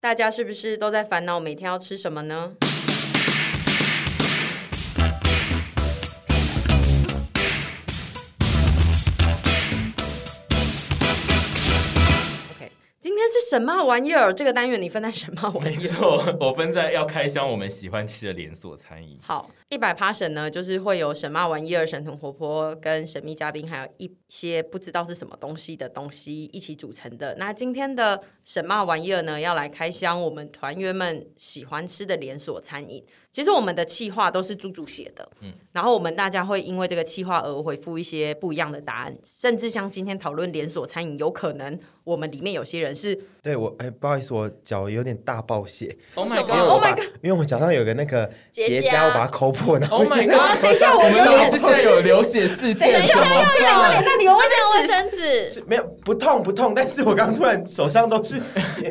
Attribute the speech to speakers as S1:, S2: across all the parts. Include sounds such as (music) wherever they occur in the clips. S1: 大家是不是都在烦恼每天要吃什么呢？OK，今天是什么玩意儿？这个单元你分在什么玩
S2: (laughs) 没
S1: 意儿？
S2: 错，我分在要开箱我们喜欢吃的连锁餐饮。
S1: 好，一百 p 神呢，就是会有神马玩意儿、神童活泼跟神秘嘉宾，还有一些不知道是什么东西的东西一起组成的。那今天的神马玩意儿呢，要来开箱我们团员们喜欢吃的连锁餐饮。其实我们的企划都是猪猪写的，嗯，然后我们大家会因为这个企划而回复一些不一样的答案，甚至像今天讨论连锁餐饮，有可能我们里面有些人是
S3: 对我，哎，不好意思，我脚有点大爆血，
S1: (laughs)
S2: Oh
S1: 什
S2: my
S1: 么
S3: 因为我
S1: Oh
S2: (laughs) god！
S1: my
S3: 把
S1: god
S3: 因为我脚上有个那个
S4: 结
S3: 结
S4: 痂
S3: 痂，我把它抠破，然后
S2: Oh my
S3: 现在
S2: god！
S1: 等一下我
S2: 我们
S1: 有
S2: 老
S1: 点
S2: 师现在有流血事件，
S4: 等一下
S2: 怎么
S4: 又有，快点那你卫生卫生纸，
S3: 是没有不痛不痛，但是我刚突然手上都是血，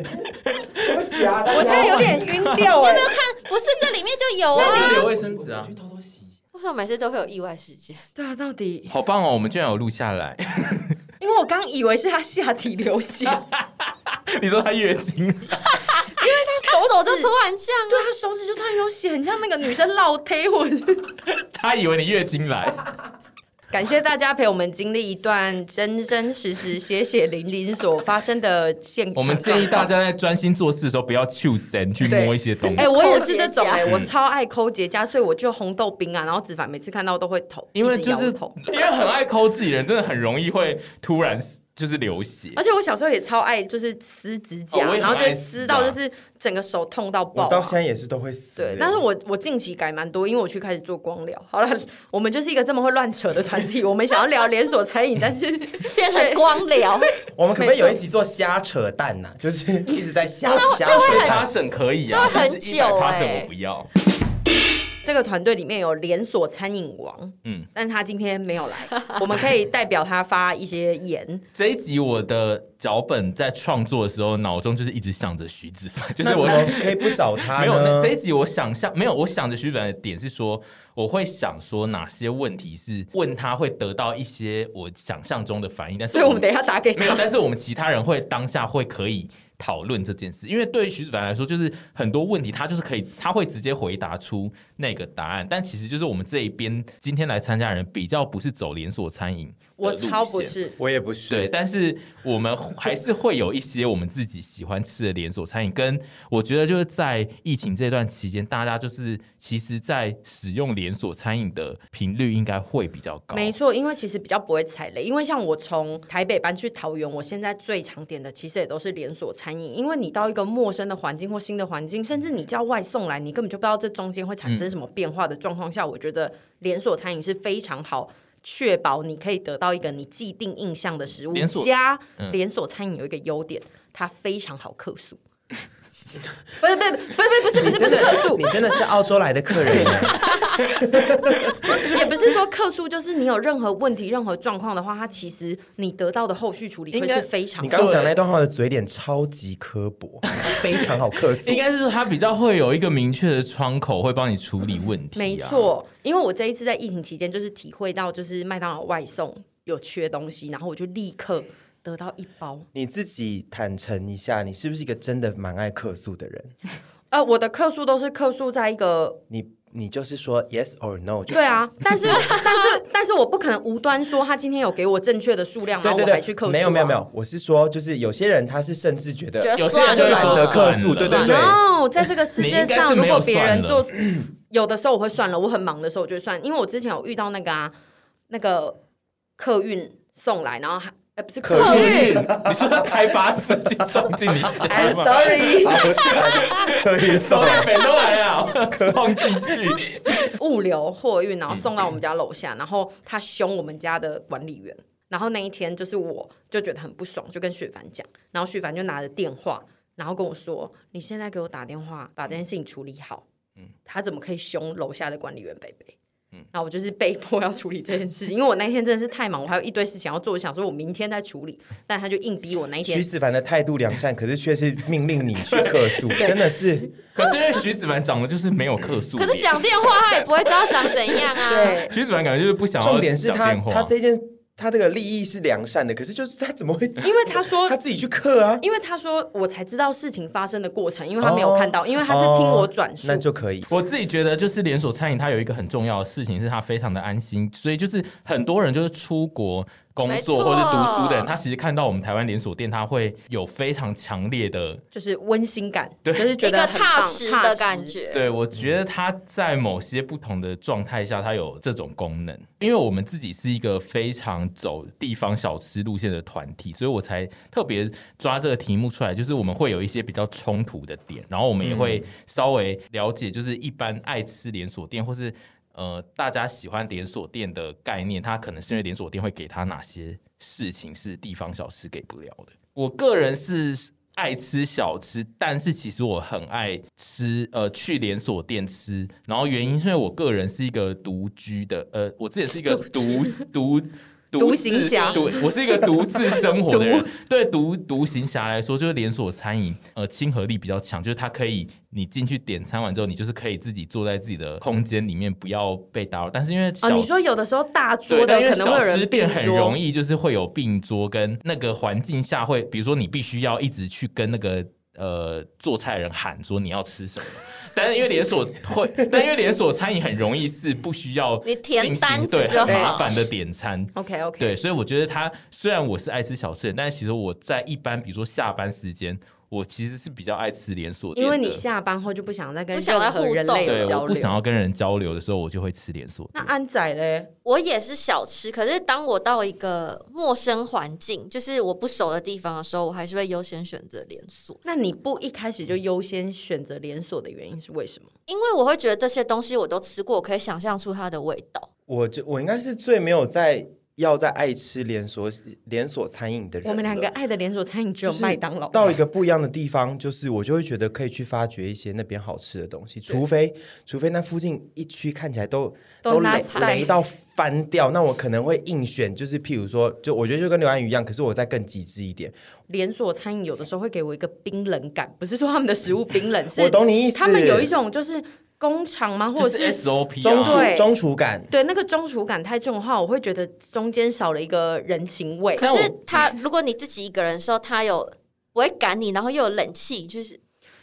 S3: 对不起啊，
S1: 我
S3: 我
S1: 现在有点晕掉哎、
S4: 有没有看？不是这里面就有啊？
S2: 要留卫生纸啊
S3: (laughs) 去！偷偷洗。
S4: 为什么每次都会有意外事件？
S1: 对啊，到底
S2: 好棒哦，我们居然有录下来。 (laughs)
S1: 因为我刚以为是他下体流血。
S2: 你说他月经？ (laughs)
S4: 他手就突然这样啊
S1: 对，他手指就突然有血，很像那个女生落胎，或者是。 (laughs)
S2: 他以为你月经 (laughs) 来，
S1: 感谢大家陪我们经历一段真真实实、血血淋淋所发生的现场。
S2: 我们建议大家在专心做事的时候不要去针去摸一些东西
S1: 哎、。我也是这种哎、
S2: 结痂
S1: 我超爱抠结痂，所以我就红豆冰啊，然后子凡每次看到都会头，
S2: 因为
S1: 一直
S2: 就
S1: 摇
S2: 是
S1: 头。
S2: (laughs) 因为很爱抠自己人，真的很容易会突然就是流血。
S1: 而且我小时候也超爱，就是撕指甲，
S2: 哦我也很
S1: 然后就
S2: 爱撕
S1: 撕
S2: 啊
S1: 到就是整个手痛到爆、啊。
S3: 我到现在也是都会死。
S1: 对，但是我我近期改蛮多，因为我去开始做光疗。好了，我们就是一个这么会乱扯的团体，我们想要聊连锁餐饮，但是
S4: 变成光疗，
S3: 我们可不可以
S1: 没错
S3: 有一集做瞎扯淡呐、就是 (laughs) 一直在瞎瞎
S4: 那会
S3: 扯
S2: 他
S3: 淡。
S2: 省可以啊，
S4: 那
S2: 但
S4: 很
S2: 是一
S4: 久
S2: 百 p
S4: 欸
S2: 我不要。
S1: 这个团队里面有连锁餐饮王，嗯
S2: 嗯，
S1: 但是他今天没有来，我们可以代表他发一些
S2: (laughs)
S1: 言。
S2: 这一集我的脚本在创作的时候，脑中就是一直想着徐子凡，就
S3: 那
S2: 是我
S3: 怎么可以不 (laughs) 找他呢？
S2: 没有那这一集我想象没有，我想着徐子凡的点是说，我会想说哪些问题是问他会得到一些我想象中的反应，但是
S1: 所以我们等一下打给
S2: 没有，
S1: 他。
S2: 但是我们其他人会当下会可以讨论这件事，因为对于徐子凡来说，就是很多问题他就是可以，他会直接回答出那个答案。但其实就是我们这一边今天来参加的人比较不是走连锁餐饮，
S1: 我超不。是，
S3: 我也不
S2: 对，
S3: 是，
S2: 但是我们还是会有一些我们自己喜欢吃的连锁餐饮，跟我觉得就是在疫情这段期间，大家就是其实，在使用连锁餐饮的频率应该会比较高。
S1: 没错，因为其实比较不会踩雷，因为像我从台北搬去桃园，我现在最常点的其实也都是连锁餐饮，因为你到一个陌生的环境或新的环境，甚至你叫外送来，你根本就不知道这中间会产
S2: 嗯
S1: 生什么变化的状况下，我觉得连锁餐饮是非常好。确保你可以得到一个你既定印象的食物，
S2: 连锁
S1: 加
S2: 嗯
S1: 连锁餐饮有一个优点，它非常好客诉。 (laughs) 不是不是不是不是不是不是
S3: 真
S1: 不是客
S3: 的，
S1: 诉
S3: 你，真的是澳洲来的客 (laughs) 人欸耶。
S1: 也不是说客诉，就是你有任何问题、任何状况的话，它其实你得到的后续处理会
S2: 应该
S1: 是非常
S3: 你刚讲那段话的嘴脸超级刻薄，非常好
S1: (laughs)
S3: 客诉
S2: 应。该是说它比较会有一个明确的窗口，会帮你处理问题、啊。
S1: 没，错，因为我这一次在疫情期间，就是体会到就是麦当劳外送有缺东西，然后我就立刻得到一包。
S3: 你自己坦诚一下，你是不是一个真的蛮爱客诉的人？
S1: 呃，我的客诉都是客诉在一个
S3: 你你就是说 yes or no？就
S1: 对 (laughs) 啊，但是但是但是我不可能无端说他今天有给我正确的数量，
S3: 对
S1: 然后
S3: 对
S1: 我还去
S3: 对，
S1: 客诉、啊，
S3: 没有没有没有，我是说，就是有些人他是甚至觉
S4: 觉
S3: 得
S4: 得
S2: 有些人
S4: 算了，
S2: 就会
S3: 懒
S2: 说
S3: 得客诉，
S2: 算了
S3: 对对对，
S1: no，在这个世界
S2: 你应该
S1: 上，
S2: 是
S1: 如
S2: 没
S1: 果
S2: 有
S1: 别人
S2: 算了
S1: 做，有的时候我会算了，我很忙的时候我就会算，因为我之前有遇到那个啊，那个客运送来，然后还呃不是客
S4: 客
S1: 运
S4: 运
S2: 你说要开发司 (laughs) 机撞进你
S1: ，I'm
S2: 家吗？
S1: 哎
S3: (laughs)
S1: sorry，
S3: 可以
S2: 从
S3: 送
S2: 来北都来 (laughs) 了，撞进去。
S1: 物流货运，然后送到我们家楼下，然后他凶我们家的管理员，然后那一天就是我就觉得很不爽，就跟雪凡讲，然后雪凡就拿着电话，然后跟我说，你现在给我打电话把这件事情处理好，他怎么可以凶楼下的管理员贝贝？然后我就是被迫要处理这件事情，因 (laughs) 为我那一天真的是太忙，我还有一堆事情要做，我想说我明天再处理，但他就硬逼我那一
S3: 徐
S1: 天。
S3: (laughs) 子凡的态度良善，可是却是命令你去客
S1: (laughs)
S3: 诉，真的是
S2: 可是因为徐子凡长得就是没有客诉，
S4: 可是讲电话他也不会知道长怎样啊。
S1: 对，
S2: 徐子凡感觉就是不想要
S3: 重点是
S2: 讲
S3: 他
S2: 电话
S3: 他这件他这个利益是良善的，可是就是他怎么会
S1: 因为他说
S3: 他自己去刻啊？
S1: 哦因为他说我才知道事情发生的过程，因为他没有看到，因为他是听我转述。
S3: 哦那就可以。
S2: 我自己觉得，就是连锁餐饮它有一个很重要的事情，是它非常的安心，所以就是很多人就是出国工
S4: 没错
S2: 作或者读书的人，他其实看到我们台湾连锁店，他会有非常强烈的，
S1: 就是温馨感，
S2: 对
S1: 就是觉
S4: 一
S1: 得
S4: 个
S1: 很
S4: 踏
S1: 棒
S4: 实
S1: 踏
S4: 的感觉。
S2: 对我觉得他在某些不同的状态下，它有这种功能。因为我们自己是一个非常走地方小吃路线的团体，所以我才特别抓这个题目出来，就是我们会有一些比较冲突的点，然后我们也会稍微了解，就是一般爱吃连锁店或是呃，大家喜欢连锁店的概念，它可能是因为连锁店会给他哪些事情是地方小吃给不了的。我个人是爱吃小吃，但是其实我很爱吃呃去连锁店吃，然后原因是因为我个人是一个独居的，呃，我自己是一个独
S1: (laughs)
S2: 独。
S1: 独
S2: 自
S1: 行侠
S2: 独我是一个独自生活的人。对独独行侠来说，就是连锁餐饮，呃，亲和力比较强，就是它可以你进去点餐完之后，你就是可以自己坐在自己的空间里面，不要被打扰。但是因为小、
S1: 哦，你说有的时候大
S2: 对，
S1: 桌的
S2: 但因为
S1: 可能会
S2: 小
S1: 有人
S2: 吃店很容
S1: 易，
S2: 易就是会有并桌，跟那个环境下会，比如说你必须要一直去跟那个。呃，做菜人喊说你要吃 (laughs) 什么，但是因为连锁会， (laughs) 但因为连锁餐饮很容易是不需要
S4: 你填
S2: 进行
S4: 单子
S2: 对
S4: 就
S2: 很麻
S4: 好
S2: 烦的点餐，
S1: OK OK，
S2: 对，所以我觉得他虽然我是爱吃小吃的，但是其实我在一般比如说下班时间，我其实是比较爱吃连锁店
S1: 因
S2: 的。
S1: 为你下班后就不想再跟
S4: 不想再
S1: 任何
S4: 互
S1: 人
S4: 动
S1: 类
S2: 对
S1: 有交
S2: 我不想
S1: 流。
S2: 要跟人交流的时候，我就会吃连锁
S1: 那
S2: 店。
S1: 安仔嘞，
S4: 我也是小吃，可是当我到一个陌生环境，就是我不熟的地方的时候，我还是会优先选择连锁，
S1: 那你不一开始就优先选择连锁的原因是为什么？
S4: 因为我会觉得这些东西我都吃过，我可以想象出它的味道。
S3: 我就我应该是最没有在要在爱吃连锁连锁餐饮的人了。
S1: 我们两个爱的连锁餐饮只有
S3: 就是
S1: 麦当劳。
S3: 到一个不一样的地方，就是我就会觉得可以去发掘一些那边好吃的东西，除非除非那附近一区看起来都
S1: 都
S3: 都
S1: 拉
S3: 雷
S1: 踩
S3: 雷到翻掉，那我可能会硬选，就是譬如说，就我觉得就跟刘安宇一样，可是我再更极致一点。
S1: 连锁餐饮有的时候会给我一个冰冷感，不是说他们的食物冰冷，是
S3: 我懂你意思，
S1: 他们有一种就是工厂吗，或
S2: 就
S1: 者
S2: 是
S1: 是
S2: SOP
S3: 中
S2: 啊，
S1: 对
S3: 厨中厨感，
S1: 对那个中厨感太重的话，我会觉得中间少了一个人情味。
S4: 可
S2: 但
S4: 是
S2: 我
S4: 它，如果你自己一个人的时候，它有不会赶你，然后又有冷气，就是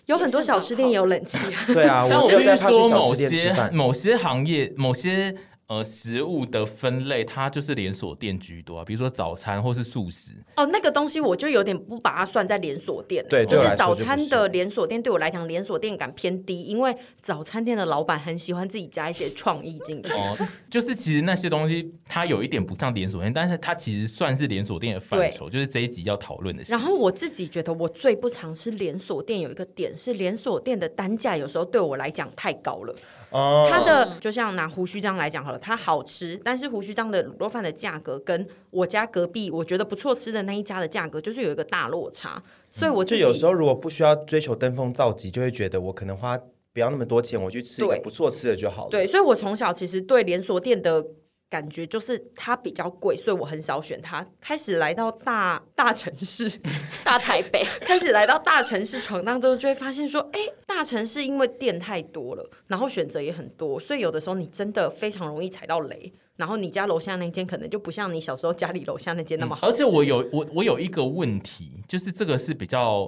S1: 有很多小吃店也有冷气，
S3: (laughs) 对啊，
S2: 但我
S3: 就
S2: 必须
S3: 在怕去
S2: 说，
S3: 小
S2: 某
S3: 吃店吃
S2: 些
S3: 饭。
S2: 某些行业、某些呃食物的分类，它就是连锁店居多、啊，比如说早餐或是素食。
S1: (laughs) 哦，那个东西我就有点不把它算在连锁店，
S3: 对
S1: 就
S3: 对我
S1: 是
S3: 来说
S1: 早
S3: 就不
S1: 餐
S3: 是
S1: 的连锁店对我来讲连锁店感偏低，因为早餐店的老板很喜欢自己加一些创意进去。
S2: 哦， (laughs) 就是其实那些东西它有一点不像连锁店，但是它其实算是连锁店的
S1: 对
S2: 范畴，就是这一集要讨论的事
S1: (laughs)
S2: 情。
S1: 然后我自己觉得我最不常吃连锁店有一个点是连锁店的单价有时候对我来讲太高了，
S3: 哦，
S1: 它的就像拿胡须章来讲好了，它好吃，但是胡须章的卤肉饭的价格跟我家隔壁我觉得不错吃的那一家的价格就是有一个大落差，所以我自
S3: 嗯就
S1: 己
S3: 有时候如果不需要追求登峰造极，就会觉得我可能花不要那么多钱，我去吃一个
S1: 对
S3: 不错吃的就好了。
S1: 对，所以我从小其实对连锁店的感觉就是它比较贵，所以我很少选它。开始来到大大城市， (laughs)
S4: 大台
S2: (laughs)
S4: 北，
S1: 开始来到大城市闯荡之后，就会发现说，哎、大城市因为店太多了，然后选择也很多，所以有的时候你真的非常容易踩到雷。然后你家楼下那间可能就不像你小时候家里楼下那间那么好
S2: 嗯而
S1: 吃、
S2: 且我有我我有一个问题，就是这个是比较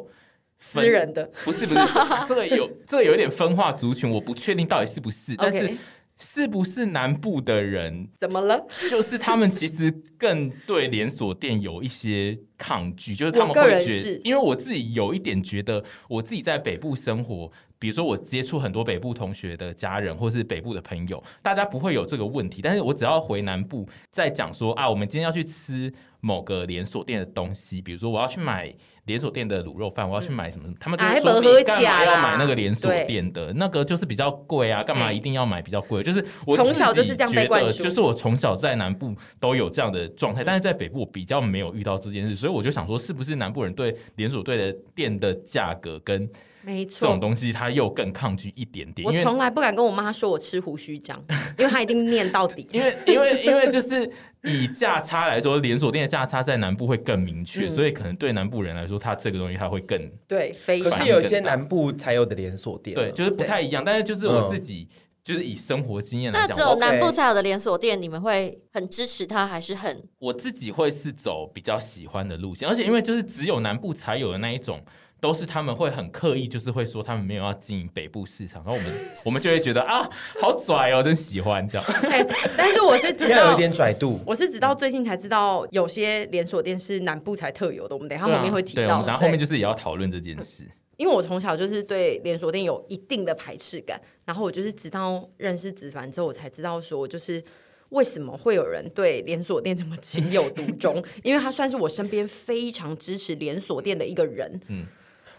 S2: 分
S1: 私人的，
S2: 不是不
S1: (laughs)
S2: 是，这这个有这个有一点分化族群，我不确定到底是不是，但是
S1: OK
S2: 是不是南部的人，
S1: 怎么了？
S2: (laughs) 就是他们其实更对连锁店有一些抗拒，就是他
S1: 我
S2: 们
S1: 个人
S2: 会觉
S1: 是
S2: 因为我自己有一点觉得，我自己在北部生活。比如说，我接触很多北部同学的家人，或是北部的朋友，大家不会有这个问题。但是我只要回南部，再讲说啊，我们今天要去吃某个连锁店的东西，比如说我要去买连锁店的卤肉饭，我要去买什么，他们就
S1: 哎
S2: 会说
S1: 没好
S2: 你干嘛
S1: 吃啦
S2: 要买那个连锁
S1: 对
S2: 店的，那个就是比较贵啊，干嘛一定要买比较贵？就是我
S1: 嗯从小
S2: 自
S1: 就
S2: 己
S1: 是这样被
S2: 觉得
S1: 灌输
S2: 就是我从小在南部都有这样的状态，但是在北部我比较没有遇到这件事，所以我就想说，是不是南部人对连锁店的店的价格跟
S1: 没
S2: 这种
S1: 错。
S2: 东西，他又更抗拒一点点？
S1: 我
S2: 因为
S1: 从来不敢跟我妈说我吃胡须章，因为她一定念到底。
S2: 因为因为因为就是以价差来说，连锁店的价差在南部会更明确，
S1: 嗯
S2: 所以可能对南部人来说，它这个东西它会更
S1: 对，非
S3: 可
S1: 常
S3: 是
S2: 反
S3: 有
S2: 应
S3: 一
S2: 更
S3: 些
S2: 大
S3: 南部才有的连锁店啊，
S2: 对，就是不太一样。但是就是我自己就是以生活经验来
S4: 那
S2: 讲
S4: 只，有
S3: ，OK
S4: 南部才有的连锁店，你们会很支持它，还是很
S2: 我自己会是走比较喜欢的路线，而且因为就是只有南部才有的那一种，都是他们会很刻意，就是会说他们没有要经营北部市场，然后我们我们就会觉得啊，好拽哦，真喜欢这样。
S1: 嘿但是我是知
S3: 要有
S1: 道
S3: 一，点拽度。
S1: 我是直到最近才知道，有些连锁店是南部才特有的，我们等一下后面会提
S2: 对，啊我
S1: 到。
S2: 们然后后面就是也要讨论这件事。
S1: 因为我从小就是对连锁店有一定的排斥感，然后我就是直到认识子凡之后，我才知道说，就是为什么会有人对连锁店这么情有独钟，因为他算是我身边非常支持连锁店的一个人。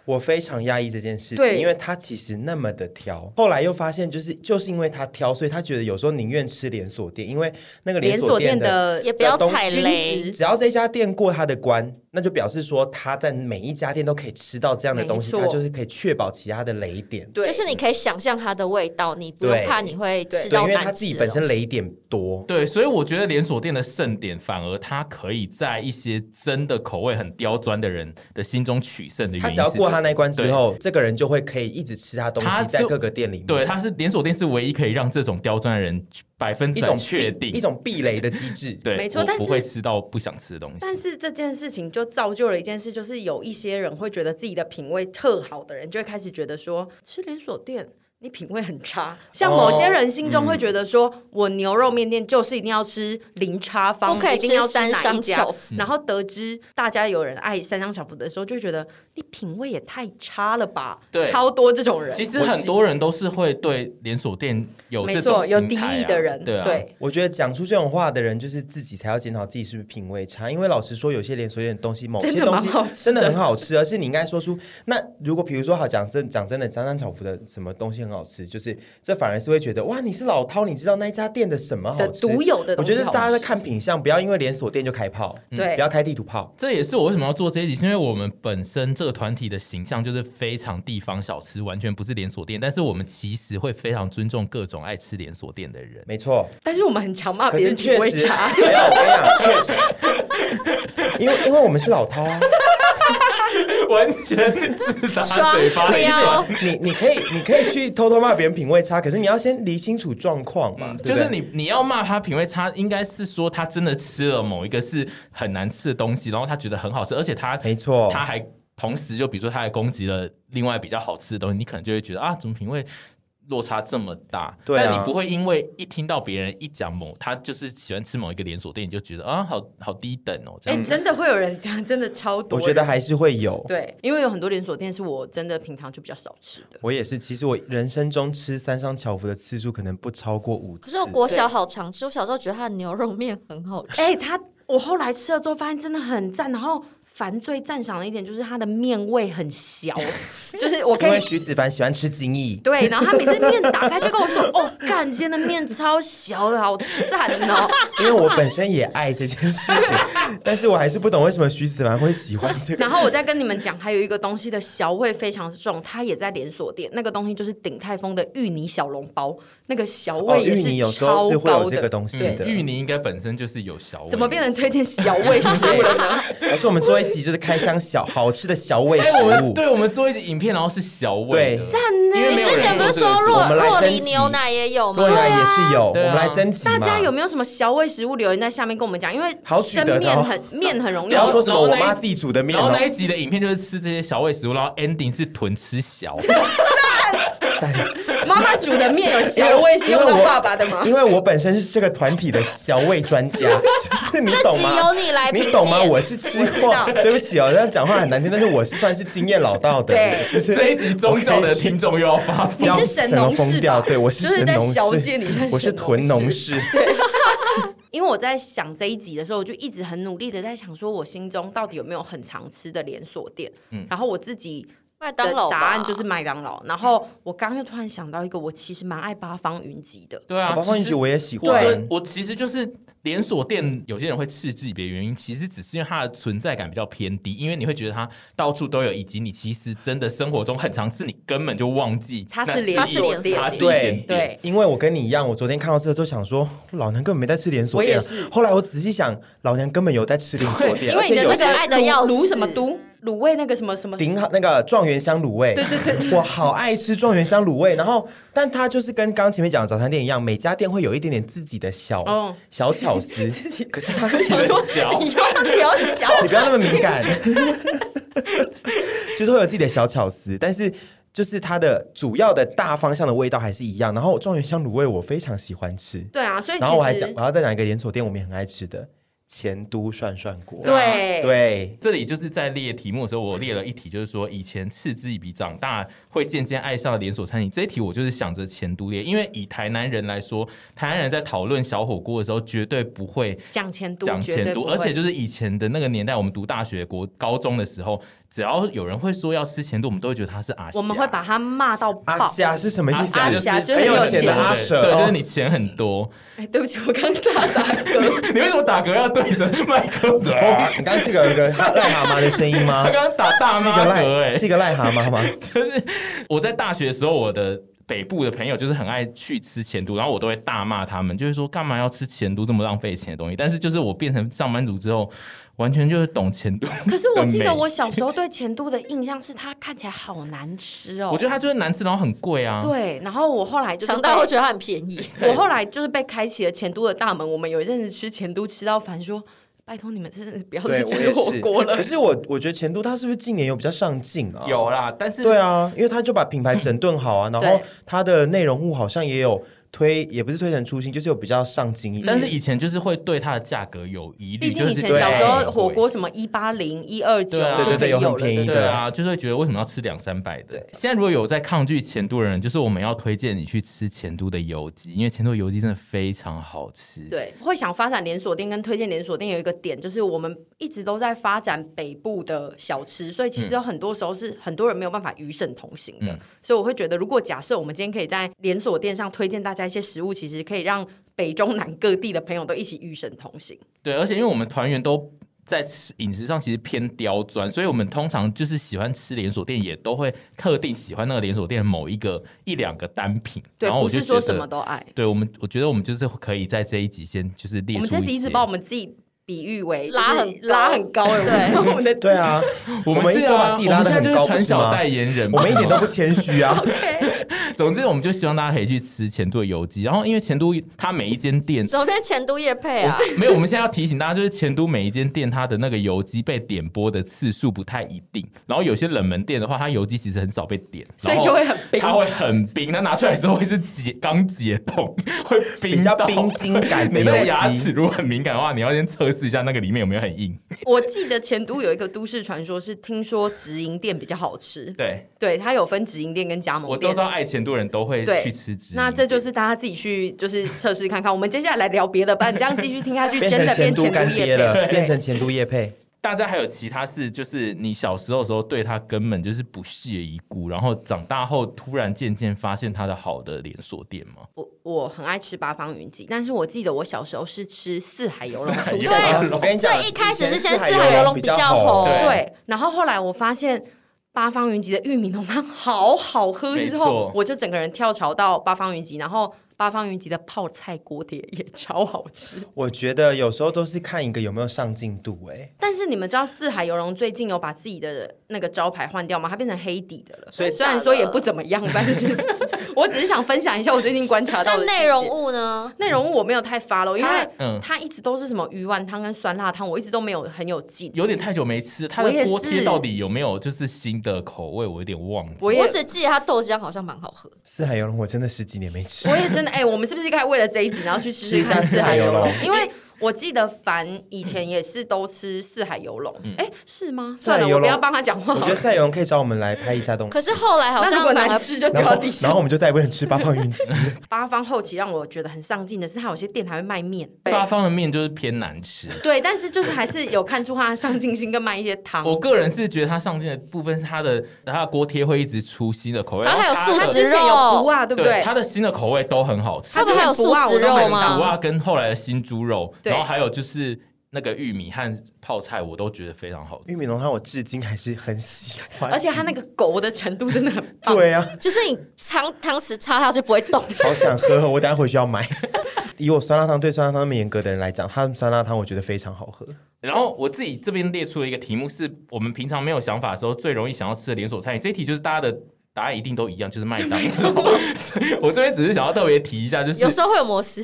S3: 我非常压抑这件事情，
S1: 对
S3: 因为他其实那么的挑，后来又发现就是就是因为他挑，所以他觉得有时候宁愿吃连锁店，因为那个
S1: 连
S3: 锁
S1: 锁店
S3: 的。
S1: 的
S4: 也不要
S3: 东
S4: 踩
S3: 西
S4: 雷？
S3: 只要这家店过他的关，那就表示说他在每一家店都可以吃到这样的东西，
S1: 没错
S3: 他就是可以确保其他的雷点。
S1: 对，
S4: 就是你可以想象它的味道，你不
S3: 对
S4: 用怕你会吃
S3: 对，
S4: 到
S3: 因为
S4: 难吃的
S3: 他自己本身
S4: 东西
S3: 雷点多，
S2: 对，所以我觉得连锁店的盛典，反而它可以在一些真的口味很刁钻的人的心中取胜的原因
S3: 他
S2: 是
S3: 只
S2: 这个。
S3: 要过他那一关之后，这个人就会可以一直吃他东
S2: 他
S3: 西，
S2: 就
S3: 在各个店里面，
S2: 对，它是连锁店是唯一可以让这种刁钻的人百分
S3: 一
S2: 之百
S3: 种
S2: 确
S3: 避
S2: 定
S3: 一种避雷的机制。
S2: 对，
S1: 没错
S2: 我
S1: 但是
S2: 不会吃到不想吃的东西。
S1: 但是这件事情就造就了一件事，就是有一些人会觉得自己的品味特好的人，就会开始觉得说吃连锁店。你品味很差，像
S2: 哦
S1: 某些人心中会觉得说，我牛肉面店就是一定要吃零叉方，
S4: 不可以
S1: 一定要
S4: 吃三
S1: 哪一
S4: 商
S1: 家
S4: 巧。
S1: 然后得知大家有人爱三商巧福的时候，就会觉得你品味也太差了吧，
S2: 对
S1: 超多这种人，
S2: 其实
S3: 我是
S2: 很多人都是会对连锁店有
S1: 没
S2: 这种
S1: 错，有
S2: 心
S1: 敌
S2: 态啊
S1: 意的人，
S2: 对啊，
S3: 我觉得讲出这种话的人，就是自己才要检讨自己是不是品味差。因为老实说，有些连锁店的东西，某些
S1: 真的
S3: 东
S1: 蛮
S3: 西
S1: 好吃的
S3: 真的很好吃，而是你应该说出。那如果比如说好讲真讲真的，张三巧福的什么东西很好吃，就是这反而是会觉得哇，你是老饕，你知道那一家店的什么好
S1: 的
S3: 吃？
S1: 独有的
S3: 我
S1: 东西
S3: 觉
S1: 好
S3: 得
S1: 吃。
S3: 大家在看品相，不要因为连锁店就开炮，
S1: 对
S3: 不要开地图炮。
S2: 这也是我为什么要做这一集，是因为我们本身这个团体的形象就是非常地方小吃，完全不是连锁店，但是我们其实会非常尊重各种爱吃连锁店的人。
S3: 没错，
S1: 但是我们很常骂
S3: 可
S1: 别
S3: 是
S1: 人品
S3: 确
S1: 味
S3: 实
S2: 嗯
S1: 差，
S3: 没有，我跟你讲，确
S1: (laughs)
S3: 实，因为因为我们是老饕啊。
S2: (laughs) 完全自打嘴巴
S4: 双标。
S3: 你你可以你可以去偷偷骂别人品味差，可是你要先理清楚状况
S1: 嗯
S3: 嘛，
S2: 嗯
S3: 对
S2: 就
S3: 不
S2: 是
S3: 对？
S2: 你你要骂他品味差，应该是说他真的吃了某一个是很难吃的东西，然后他觉得很好吃，而且他
S3: 没错，
S2: 他还同时就比如说他还攻击了另外比较好吃的东西，你可能就会觉得啊，怎么品味落差这么大？
S3: 对啊
S2: 但你不会因为一听到别人一讲某他就是喜欢吃某一个连锁店，你就觉得啊，好好低等哦，这
S1: 哎、
S2: 样子。
S1: 真的会有人这样，真的超多
S3: 我
S1: 人。
S3: 觉得还是会有。
S1: 对，因为有很多连锁店是我真的平常就比较少吃的。
S3: 我也是，其实我人生中吃三商巧福的次数可能不超过五次。
S4: 可是我国小好常吃，我小时候觉得它的牛肉面很好吃。
S1: 哎、它我后来吃了之后发现真的很赞，然后凡最赞赏的一点就是它的面味很小，就是我
S3: 因
S1: 可
S3: 为
S1: 以。
S3: 徐子凡喜欢吃精益，
S1: 对，然后他每次面打开就跟我说：“哦，干，今天的面超小的，好赞哦
S3: 因为我本身也爱这件事情，但是我还是不懂为什么徐子凡会喜欢！”这个。
S1: (laughs) 然后我再跟你们讲，还有一个东西的小味非常重，它也在连锁店，那个东西就是鼎泰丰的芋泥小笼包，那个小
S3: 哦，
S1: 味也
S3: 芋
S1: 是
S3: 泥有时
S1: 超
S3: 候是会
S1: 高
S3: 有这
S1: 的。
S3: 个东西
S1: 对
S3: 的。
S2: 芋泥应该本身就是有小味，
S1: 怎么变成推荐小味食物了呢？
S3: 还是我们做一集就是开箱小好吃的小味
S2: 哎、我
S3: 食
S2: 们
S3: 物，
S2: 对我们做一集影片，然后是小味的，
S3: 对
S1: 啊
S2: 因为
S4: 你
S2: 没有人
S4: 之前不是
S2: 做
S4: 说
S2: 这个
S3: 我
S4: 若
S3: 们来
S4: 若梨
S3: 征集
S4: 牛奶也有吗
S3: 未？来也是有，我
S2: 对啊
S3: 们来征集
S1: 大
S3: 嘛。
S1: 家有没有什么小味食物留言在下面跟我们讲？因为
S3: 好取
S1: 生
S3: 得的
S1: 面
S3: 哦
S1: 很面很容易
S3: 不要说什
S2: 然
S3: 么
S2: 后
S3: 我
S2: 那一
S3: 妈自己煮的面
S2: 然后
S3: 哦
S2: 那，一集的影片就是吃这些小味食物，然后 ending 是囤吃小。
S3: (laughs) 赞
S1: 妈妈煮的面有小味是用到爸爸的吗？
S3: 哦因为我本身是这个团体的小味专
S1: (laughs)
S3: 家，就是你
S4: 这
S3: 懂
S4: 集
S3: 吗
S4: 由？你来评
S3: 你
S4: 鉴，
S3: 懂吗？我是吃过，对不起哦，这样讲话很难听，但是我是算是经验老道的。
S1: 对
S3: 就是
S2: 这一集宗教的听众又要发
S1: (laughs) 你
S3: 要
S1: 是神农
S3: 整个
S1: 氏
S3: 疯
S1: 吧？
S3: 掉对我是
S1: 就是在
S3: 神农
S1: 小
S3: 氏
S1: 界里面，
S3: 我是屯农
S1: 氏。
S3: 氏，
S1: 因为我在想这一集的时候，我就一直很努力的在想，说我心中到底有没有很常吃的连锁店？
S3: 嗯
S1: 然后我自己
S4: 麦当
S1: 的
S4: 劳吧
S1: 答案就是麦当劳。然后我刚刚又突然想到一个，我其实蛮爱八方云集的。
S2: 对啊，
S3: 包括
S2: 其
S3: 一
S2: 实
S3: 局我也喜
S2: 我
S3: 欢。
S2: 我其实就是连锁店，有些人会嗤之以鼻的原因，其实只是因为它的存在感比较偏低，因为你会觉得它到处都有，以及你其实真的生活中很常吃，你根本就忘记
S1: 它是
S2: 那
S1: 连
S2: 一
S1: 锁
S2: 间
S1: 店
S2: 它是一
S3: 对
S2: 间店。
S1: 对，
S3: 因为我跟你一样，我昨天看到这个就想说，老娘根本没在吃连锁店啊
S1: 我也是。
S3: 后来我仔细想，老娘根本有在吃连锁店，
S1: 因
S3: 而
S1: 为你
S3: 且
S1: 的
S3: 有
S1: 那
S4: 些
S1: 个
S4: 爱得要
S1: 卢
S4: 死
S1: 什么都卤味那个什么什么，
S3: 顶好那个状元香卤味，
S1: 对对对，
S3: (laughs) 我好爱吃状元香卤味。然后，但它就是跟刚前面讲的早餐店一样，每家店会有一点点自己的小、
S1: 哦
S3: 小
S1: (laughs)
S3: 巧思。可是它
S1: 我 (laughs) 说
S2: 小
S1: 你要聊小，
S3: 你不要那么敏感， (laughs) 就是会有自己的小巧思，但是。就是它的主要的大方向的味道还是一样，然后状元香卤味我非常喜欢吃，
S1: (laughs) 对啊，所以
S3: 然后我还
S1: 其
S3: 讲
S1: 实，
S3: 我要再讲一个连锁店，我们也很爱吃的前都涮涮锅。
S1: 对
S3: 对
S2: 这里就是在列题目的时候，我列了一题，就是说以前嗤之以鼻，长大会渐渐爱上的连锁餐饮。这一题我就是想着前都列，因为以台南人来说，台南人在讨论小火锅的时候，绝对不会
S1: 讲前都
S2: 讲
S1: 绝对
S2: 前都，
S1: 不
S2: 而且
S1: 会
S2: 就是以前的那个年代，我们读大学、国高中的时候，只要有人会说要吃前都，我们都会觉得他是阿霞，
S1: 我们会把他骂到爆
S3: 阿。霞是什么意思？
S1: 阿
S2: 霞
S1: 霞就是
S2: 很
S1: 很有
S2: 钱
S1: 钱
S2: 对
S3: 阿
S2: 对
S3: 舍
S2: 对，就
S3: 哦
S2: 是你钱很多。
S1: 哎，对不起，我刚大打
S2: (laughs)
S1: 嗝。
S2: 你为什么打嗝要对啊着麦克
S3: (laughs)
S2: 风？
S3: 哦，你刚刚是个有个哈 (laughs) 癞蛤蟆的声音吗
S2: 他？刚刚打大
S3: (laughs) 是一
S2: 妈
S3: 个
S2: 嗝哎、
S3: 癞，是一个癞蛤蟆
S4: (laughs)
S3: 吗？
S2: 就是我在大学的时候，我的北部的朋友就是很爱去吃前都，然后我都会大骂他们，就是说干嘛要吃前都这么浪费钱的东西。但是就是我变成上班族之后，完全就是懂前都。
S1: 可是我记得
S2: 的美
S1: 我小时候对前都的印象是，它看起来好难吃哦。
S2: 我觉得它就是难吃，然后很贵啊。
S1: 对，然后我后来就是
S4: 长大
S1: 被
S4: 会觉得它很便宜。
S1: 我后来就是被开启了前都的大门。我们有一阵子吃前都吃到烦，说拜托你们真的不要
S3: 对，
S1: 再
S3: 我
S1: 吃火锅
S3: 也是。
S1: 了
S3: 可。是我我觉得前都它是不是近年有比较上进啊？。
S2: 有啦，但是
S3: 对啊，因为它就把品牌整顿好啊，然后
S1: 对
S3: 它的内容物好像也有推，也不是推陈出新，就是有比较上进一点。
S4: 嗯
S2: 但是以前就是会对它的价格有疑虑，
S1: 嗯毕竟
S2: 就是
S1: 以前
S2: 觉得
S1: 小时
S2: 很
S1: 候
S2: 贵
S1: 火锅什么一八零、一二九
S2: 对啊
S1: 就
S2: 对对
S1: 可
S3: 对
S1: 以
S3: 有很
S1: 有了，
S3: 便宜
S1: 对
S2: 对啊，就是会觉得为什么要吃两三百的？现在如果有在抗拒前都的人，就是我们要推荐你去吃前都的油鸡，因为前都的油鸡真的非常好吃。
S1: 对，会想发展连锁店跟推荐连锁店有一个点，就是我们一直都在发展北部的小吃，所以其实有很多时候是很多人没有办法与省同行的。
S2: 嗯
S1: 所以我会觉得，如果假设我们今天可以在连锁店上推荐大家一些食物，其实可以让北中南各地的朋友都一起与省同行。
S2: 对，而且因为我们团员都在吃饮食上其实偏刁钻，所以我们通常就是喜欢吃连锁店，也都会特定喜欢那个连锁店某一个一两个单品。
S1: 对，
S2: 然后
S1: 不
S2: 我就是觉得
S1: 说什么。都爱。
S2: 对我们，我觉得我们就是可以在这一集先就是列
S1: 我
S2: 出
S1: 们这集一直
S2: 些
S1: 把我们自己比喻为就
S4: 拉
S1: 是
S4: 很高
S1: 拉很高，哎我们我
S2: (laughs)
S1: 们的
S3: 对啊，
S2: 我
S3: 我们
S2: 们
S3: 一
S2: 是
S3: 直都把
S2: 啊
S3: 自己拉
S2: 我们
S3: 得
S2: 现在
S3: 很
S2: 就是
S3: 高
S2: 传
S3: 不是吗
S2: 小代言
S4: 嗯
S2: 人，
S3: 我们一点都不谦虚啊。
S2: (laughs) 总之，我们就希望大家可以去吃前都的油鸡。然后，因为前都它每一 (laughs) 间店
S4: 怎么变前都夜配啊？
S2: 没有，我们现在要提醒大家，就是前都每一间店它的那个油鸡被点播的次数不太一定，然后有些冷门店的话，它油鸡其实很少被点，
S1: 所以
S2: 然后
S1: 就会很冰
S2: 它会很冰，它拿出来的时候会是解刚解冻，会冰
S3: (laughs) 比较
S2: 到
S3: 冰。晶感的
S2: (laughs) 你的牙
S3: 油
S2: 齿
S3: 鸡，
S2: 如果很敏感的话，你要先测试一下那个里面有没有很硬。
S1: 我记得前都有一个都市传说是，听说直营店比较好吃。
S2: 对
S1: 对，它有分直营店跟加
S2: 我
S1: 盟
S2: 周
S1: 店。
S2: 遭爱前都人都会
S1: 对
S2: 去吃直营店，
S1: 那这就是大家自己去就是测试看看。我们接下来来聊别的吧，你这样继续听下去，
S3: 变
S1: 真
S3: 成
S1: 的
S3: 前
S1: 变
S3: 都
S1: 成
S3: 干爹了，
S2: 对
S3: 变成前都叶配。
S2: 大家还有其他事，就是你小时候的时候对他根本就是不屑一顾，然后长大后突然渐渐发现他的好的连锁店吗？
S1: 我我很爱吃八方云集，但是我记得我小时候是吃四海游龙
S2: 四海
S1: 出身
S2: 游龙
S1: 的。
S3: 啊我跟你讲，
S4: 最一开始是
S3: 以前
S4: 先
S3: 四海
S4: 四海游
S3: 游
S4: 龙比
S3: 比
S4: 较
S3: 较
S4: 红
S3: 红，
S2: 对
S1: 对，然后后来我发现八方云集的玉米浓汤好好喝，
S2: 没
S1: 之
S2: 错
S1: 后我就整个人跳槽到八方云集，然后八方云集的泡菜锅贴也超好吃。
S3: 我觉得有时候都是看一个有没有上进度、哎，
S1: 但是你们知道四海游龙最近有把自己的那个招牌换掉吗？它变成黑底的了。
S3: 所以
S1: 虽然说也不怎么样，但是 (laughs) 我只是想分享一下我最近观察到
S4: 但
S1: 的
S4: 内容
S1: 细节
S4: 物呢？
S1: 内容物我没有太发了，因
S2: 它
S1: 为
S2: 嗯
S1: 它一直都是什么鱼丸汤跟酸辣汤，我一直都没有很有记。
S2: 有点太久没吃，他
S1: 我也
S2: 的
S1: 是
S2: 锅贴到底有没有就是新的口味？我有点忘记。
S1: 我也
S4: 我只记得它豆浆好像蛮好喝的，
S3: 四海游龙我真的十几年没吃
S1: 我。也真的哎、我们是不是该为了这一集，然后去试
S3: 试一
S1: 试看
S3: 下
S1: 四
S3: 四
S1: 海
S3: 海
S1: 游
S3: 游
S1: 龙
S3: 龙？
S1: 因为我记得凡以前也是都吃四海游龙，哎、是吗？
S3: 嗯四海
S1: 算了，
S3: 游
S1: 我不
S3: 龙
S1: 要帮他讲话
S3: 我。觉得四海游龙可以找我们来拍一下东西
S4: 可，是后来好
S1: 那如
S4: 像
S1: 果
S4: 反
S1: 难
S4: 而
S1: 吃就
S3: 然
S1: 掉
S3: 后
S1: 地上
S3: 然后。我们就再也不能吃八方云集。 (laughs)
S1: 八方后期让我觉得很上进的是，它有些店还会卖面。对
S2: 八方的面就是偏难吃。
S1: 对，但是就是还是有看出它的上进心跟卖一些汤。
S2: 我个人是觉得它上镜的部分是它的，它的锅贴会一直出新的口味，
S4: 然后还有
S2: 它
S4: 素
S1: 它
S2: 的
S1: 之
S4: 食
S1: 前有不啊，对不
S2: 对
S1: 对？
S2: 它的新的口味都很好吃
S1: 它
S4: 他，们还有素食肉
S2: 五
S4: 吗？
S2: 啊跟后来的新猪肉，
S1: 对
S2: 然后还有就是那个玉米和泡菜，我都觉得非常好吃。
S3: 玉米浓汤我至今还是很喜欢，
S1: 而且它那个狗的程度真的很棒。
S3: 对啊，
S4: 就是你汤汤匙插下去不会动。
S3: 好想喝，我等下回去要买。 (laughs) 以我酸辣汤对酸辣汤那么严格的人来讲，他们酸辣汤我觉得非常好喝。
S2: 然后我自己这边列出了一个题目，是我们平常没有想法的时候最容易想要吃的连锁餐饮。这一题就是大家的答案一定都一样，就是麦当劳。所以 (laughs) 我这边只是想要特别提一下，就是
S4: 有时候会有摩斯，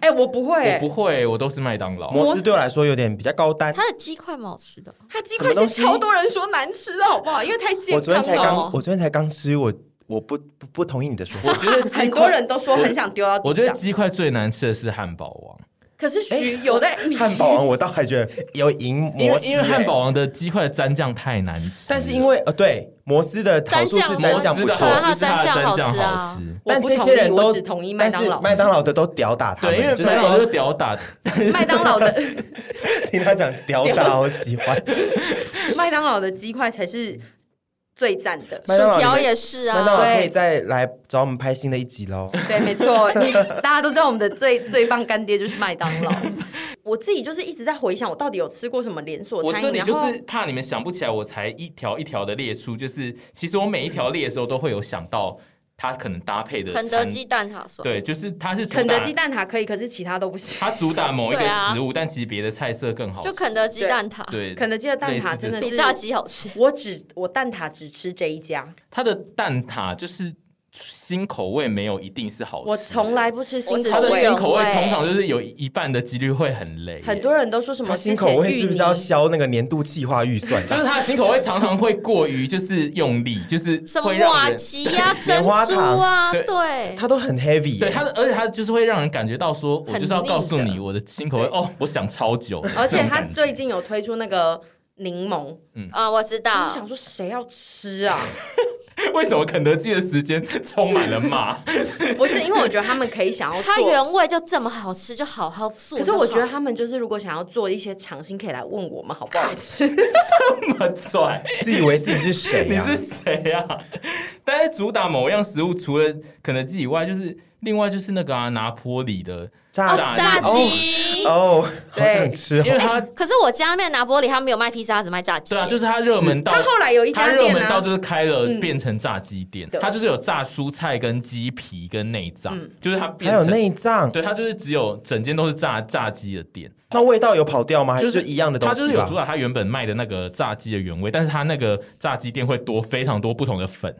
S1: 哎、我不会、
S2: 我
S1: 欸，
S2: 不会，我都是麦当劳。
S3: 摩斯对我来说有点比较高单。
S4: 它的鸡块蛮好吃的。
S1: 它鸡
S3: 什么
S1: 块
S3: 东
S1: 是
S3: 西
S1: 超多人说难吃的好不好？因为太健
S3: 我
S1: 康
S3: 昨天才
S1: 了
S3: 刚，
S1: 哦，
S3: 我昨天才刚吃，我我不不不同意你的说法
S2: 我。觉得鸡
S1: (laughs) 很多
S2: 块，
S1: 人都说很想丢到
S2: 我
S1: 地
S2: 觉得
S1: 上。
S2: 鸡块最难吃的是汉堡王，
S1: 可是徐有在，
S3: 汉堡王我倒还觉得有赢
S2: 因
S3: 摩
S2: 为
S3: 斯、
S2: 因为汉堡，王的鸡块的蘸酱太难吃了。
S3: 但是因为呃对摩斯的好处是
S2: 摩
S3: 蘸
S4: 蘸
S3: 酱
S2: 斯
S3: 不
S2: 的
S3: 错，
S4: 好
S2: 好吃是它的
S4: 蘸酱
S2: 蘸
S4: 好
S2: 酱
S4: 吃啊
S2: 好吃。
S1: 我
S3: 但
S1: 不
S3: 这
S1: 同
S3: 些
S1: 意
S3: 人
S1: 我
S3: 都
S1: 只同意麦
S3: 但
S1: 当
S3: 是
S1: 劳
S3: 麦当劳的都屌打他
S2: 对，因为
S3: 们，就是
S2: 麦当劳就是屌打，
S1: 麦当劳的
S3: (laughs)
S1: (laughs)
S3: 听他
S2: (laughs)
S3: 讲屌打，我喜欢。
S1: 麦当劳的鸡块才是最赞的。
S3: 麦当劳
S4: 薯
S3: 里面
S4: 条也是
S3: 麦当
S4: 啊，
S3: 劳可以
S1: 对
S3: 再来找我们拍新的一
S2: (laughs)
S3: 集喽。
S1: 对，没错，你大家都知道我们的最最棒干爹就是麦当劳。 (laughs) 我自己就是一直在回想，我到底有吃过什么连锁
S2: 我
S1: 餐
S2: 这
S1: 饮，
S2: 里
S1: 然
S2: 就
S1: 后
S2: 是怕你们想不起来，我才一条一条的列出。就是其实我每一条列的时候，都会有想到它可能搭配的
S4: 肯德
S2: 餐
S4: 基蛋挞算。
S2: 对，就是它是主
S1: 肯德
S2: 打
S1: 基蛋挞可以，可是其他都不
S2: (laughs)
S1: 行。
S2: 它主打某一个
S4: 对啊
S2: 食物，但其实别的菜色更好吃。
S4: 就肯德基蛋挞，
S2: 对，
S1: 肯德基的蛋
S2: 类似
S1: 挞真的
S2: 这
S4: 比
S1: 是
S4: 炸鸡好吃。
S1: 我只我蛋挞只吃这一家，
S2: 它的蛋挞就是新口味，没有一定是好吃的。
S1: 我从来不吃新
S4: 我只
S1: 口
S2: 它的
S1: 味
S4: 吃。
S2: 新口味
S4: 原味
S2: 通常就是有一半的几率会很雷耶，
S1: 很多人都说什么
S3: 他新
S1: 之前
S3: 口味
S1: 芋
S3: 是不是要
S1: 泥
S3: 消那个年度计划预算？
S2: 就是它的新口味常常会过于就是用力，就是
S4: 什么
S2: 会让
S4: 瓦
S2: 人
S4: 吉呀、
S3: 棉
S4: 珍
S3: 花
S4: 珠啊，
S2: 糖
S3: (laughs)
S4: 对，
S3: 他都很 heavy，耶
S2: 对它的，而且它就是会让人感觉到说，我就是要
S4: 很腻
S2: 告诉
S4: 的
S2: 你我的新口味哦，我想超久，
S1: 而
S2: 这
S1: 且
S2: 种
S1: 他
S2: 感觉
S1: 最近有推出那个柠檬，
S2: 嗯
S4: 啊，我知
S1: 我
S4: 道，
S1: 想说谁要吃啊？ (laughs)
S2: 为什么肯德基的时间充满了骂？ (laughs)
S1: 不是因为我觉得他们可以想要
S4: 它
S1: 做，
S4: 原味就这么好吃，就好好做
S1: 可
S4: 就好。
S1: 是我觉得他们就是如果想要做一些尝新，可以来问我们好不好吃。
S2: 这么拽，
S3: 自以为自己是谁
S2: (laughs) 你
S3: 呀？
S2: 是谁啊？但是主打某样食物，除了肯德基以外，就是另外就是那个啊，拿坡里的，
S3: 炸
S4: 哦
S2: 炸
S4: 炸
S3: 鸡
S4: 鸡。
S3: 哦，好
S1: 对
S3: 想吃哦
S2: 因为它
S4: 可是我家那边拿玻璃，他没有卖披萨，只卖炸鸡。
S2: 对啊，就是它热门到
S1: 他后来有一
S2: 它
S1: 家
S2: 热
S1: 店
S2: 门到
S1: 啊，
S2: 就是开了
S1: 嗯
S2: 变成炸鸡店，
S1: 对
S2: 它就是有炸蔬菜跟鸡皮跟内脏
S1: 嗯，
S2: 就是它变
S3: 还有
S2: 成。
S3: 内脏，
S2: 对，它就是只有整间都是炸炸鸡的店，
S3: 那味道有跑掉吗？还是
S2: 就
S3: 就是一样的
S2: 它
S3: 东
S2: 就是
S3: 西
S2: 有
S3: 吧哦
S2: 主？打它原本卖的那个炸鸡的原味，但是它那个炸鸡店会多非常多不同的粉，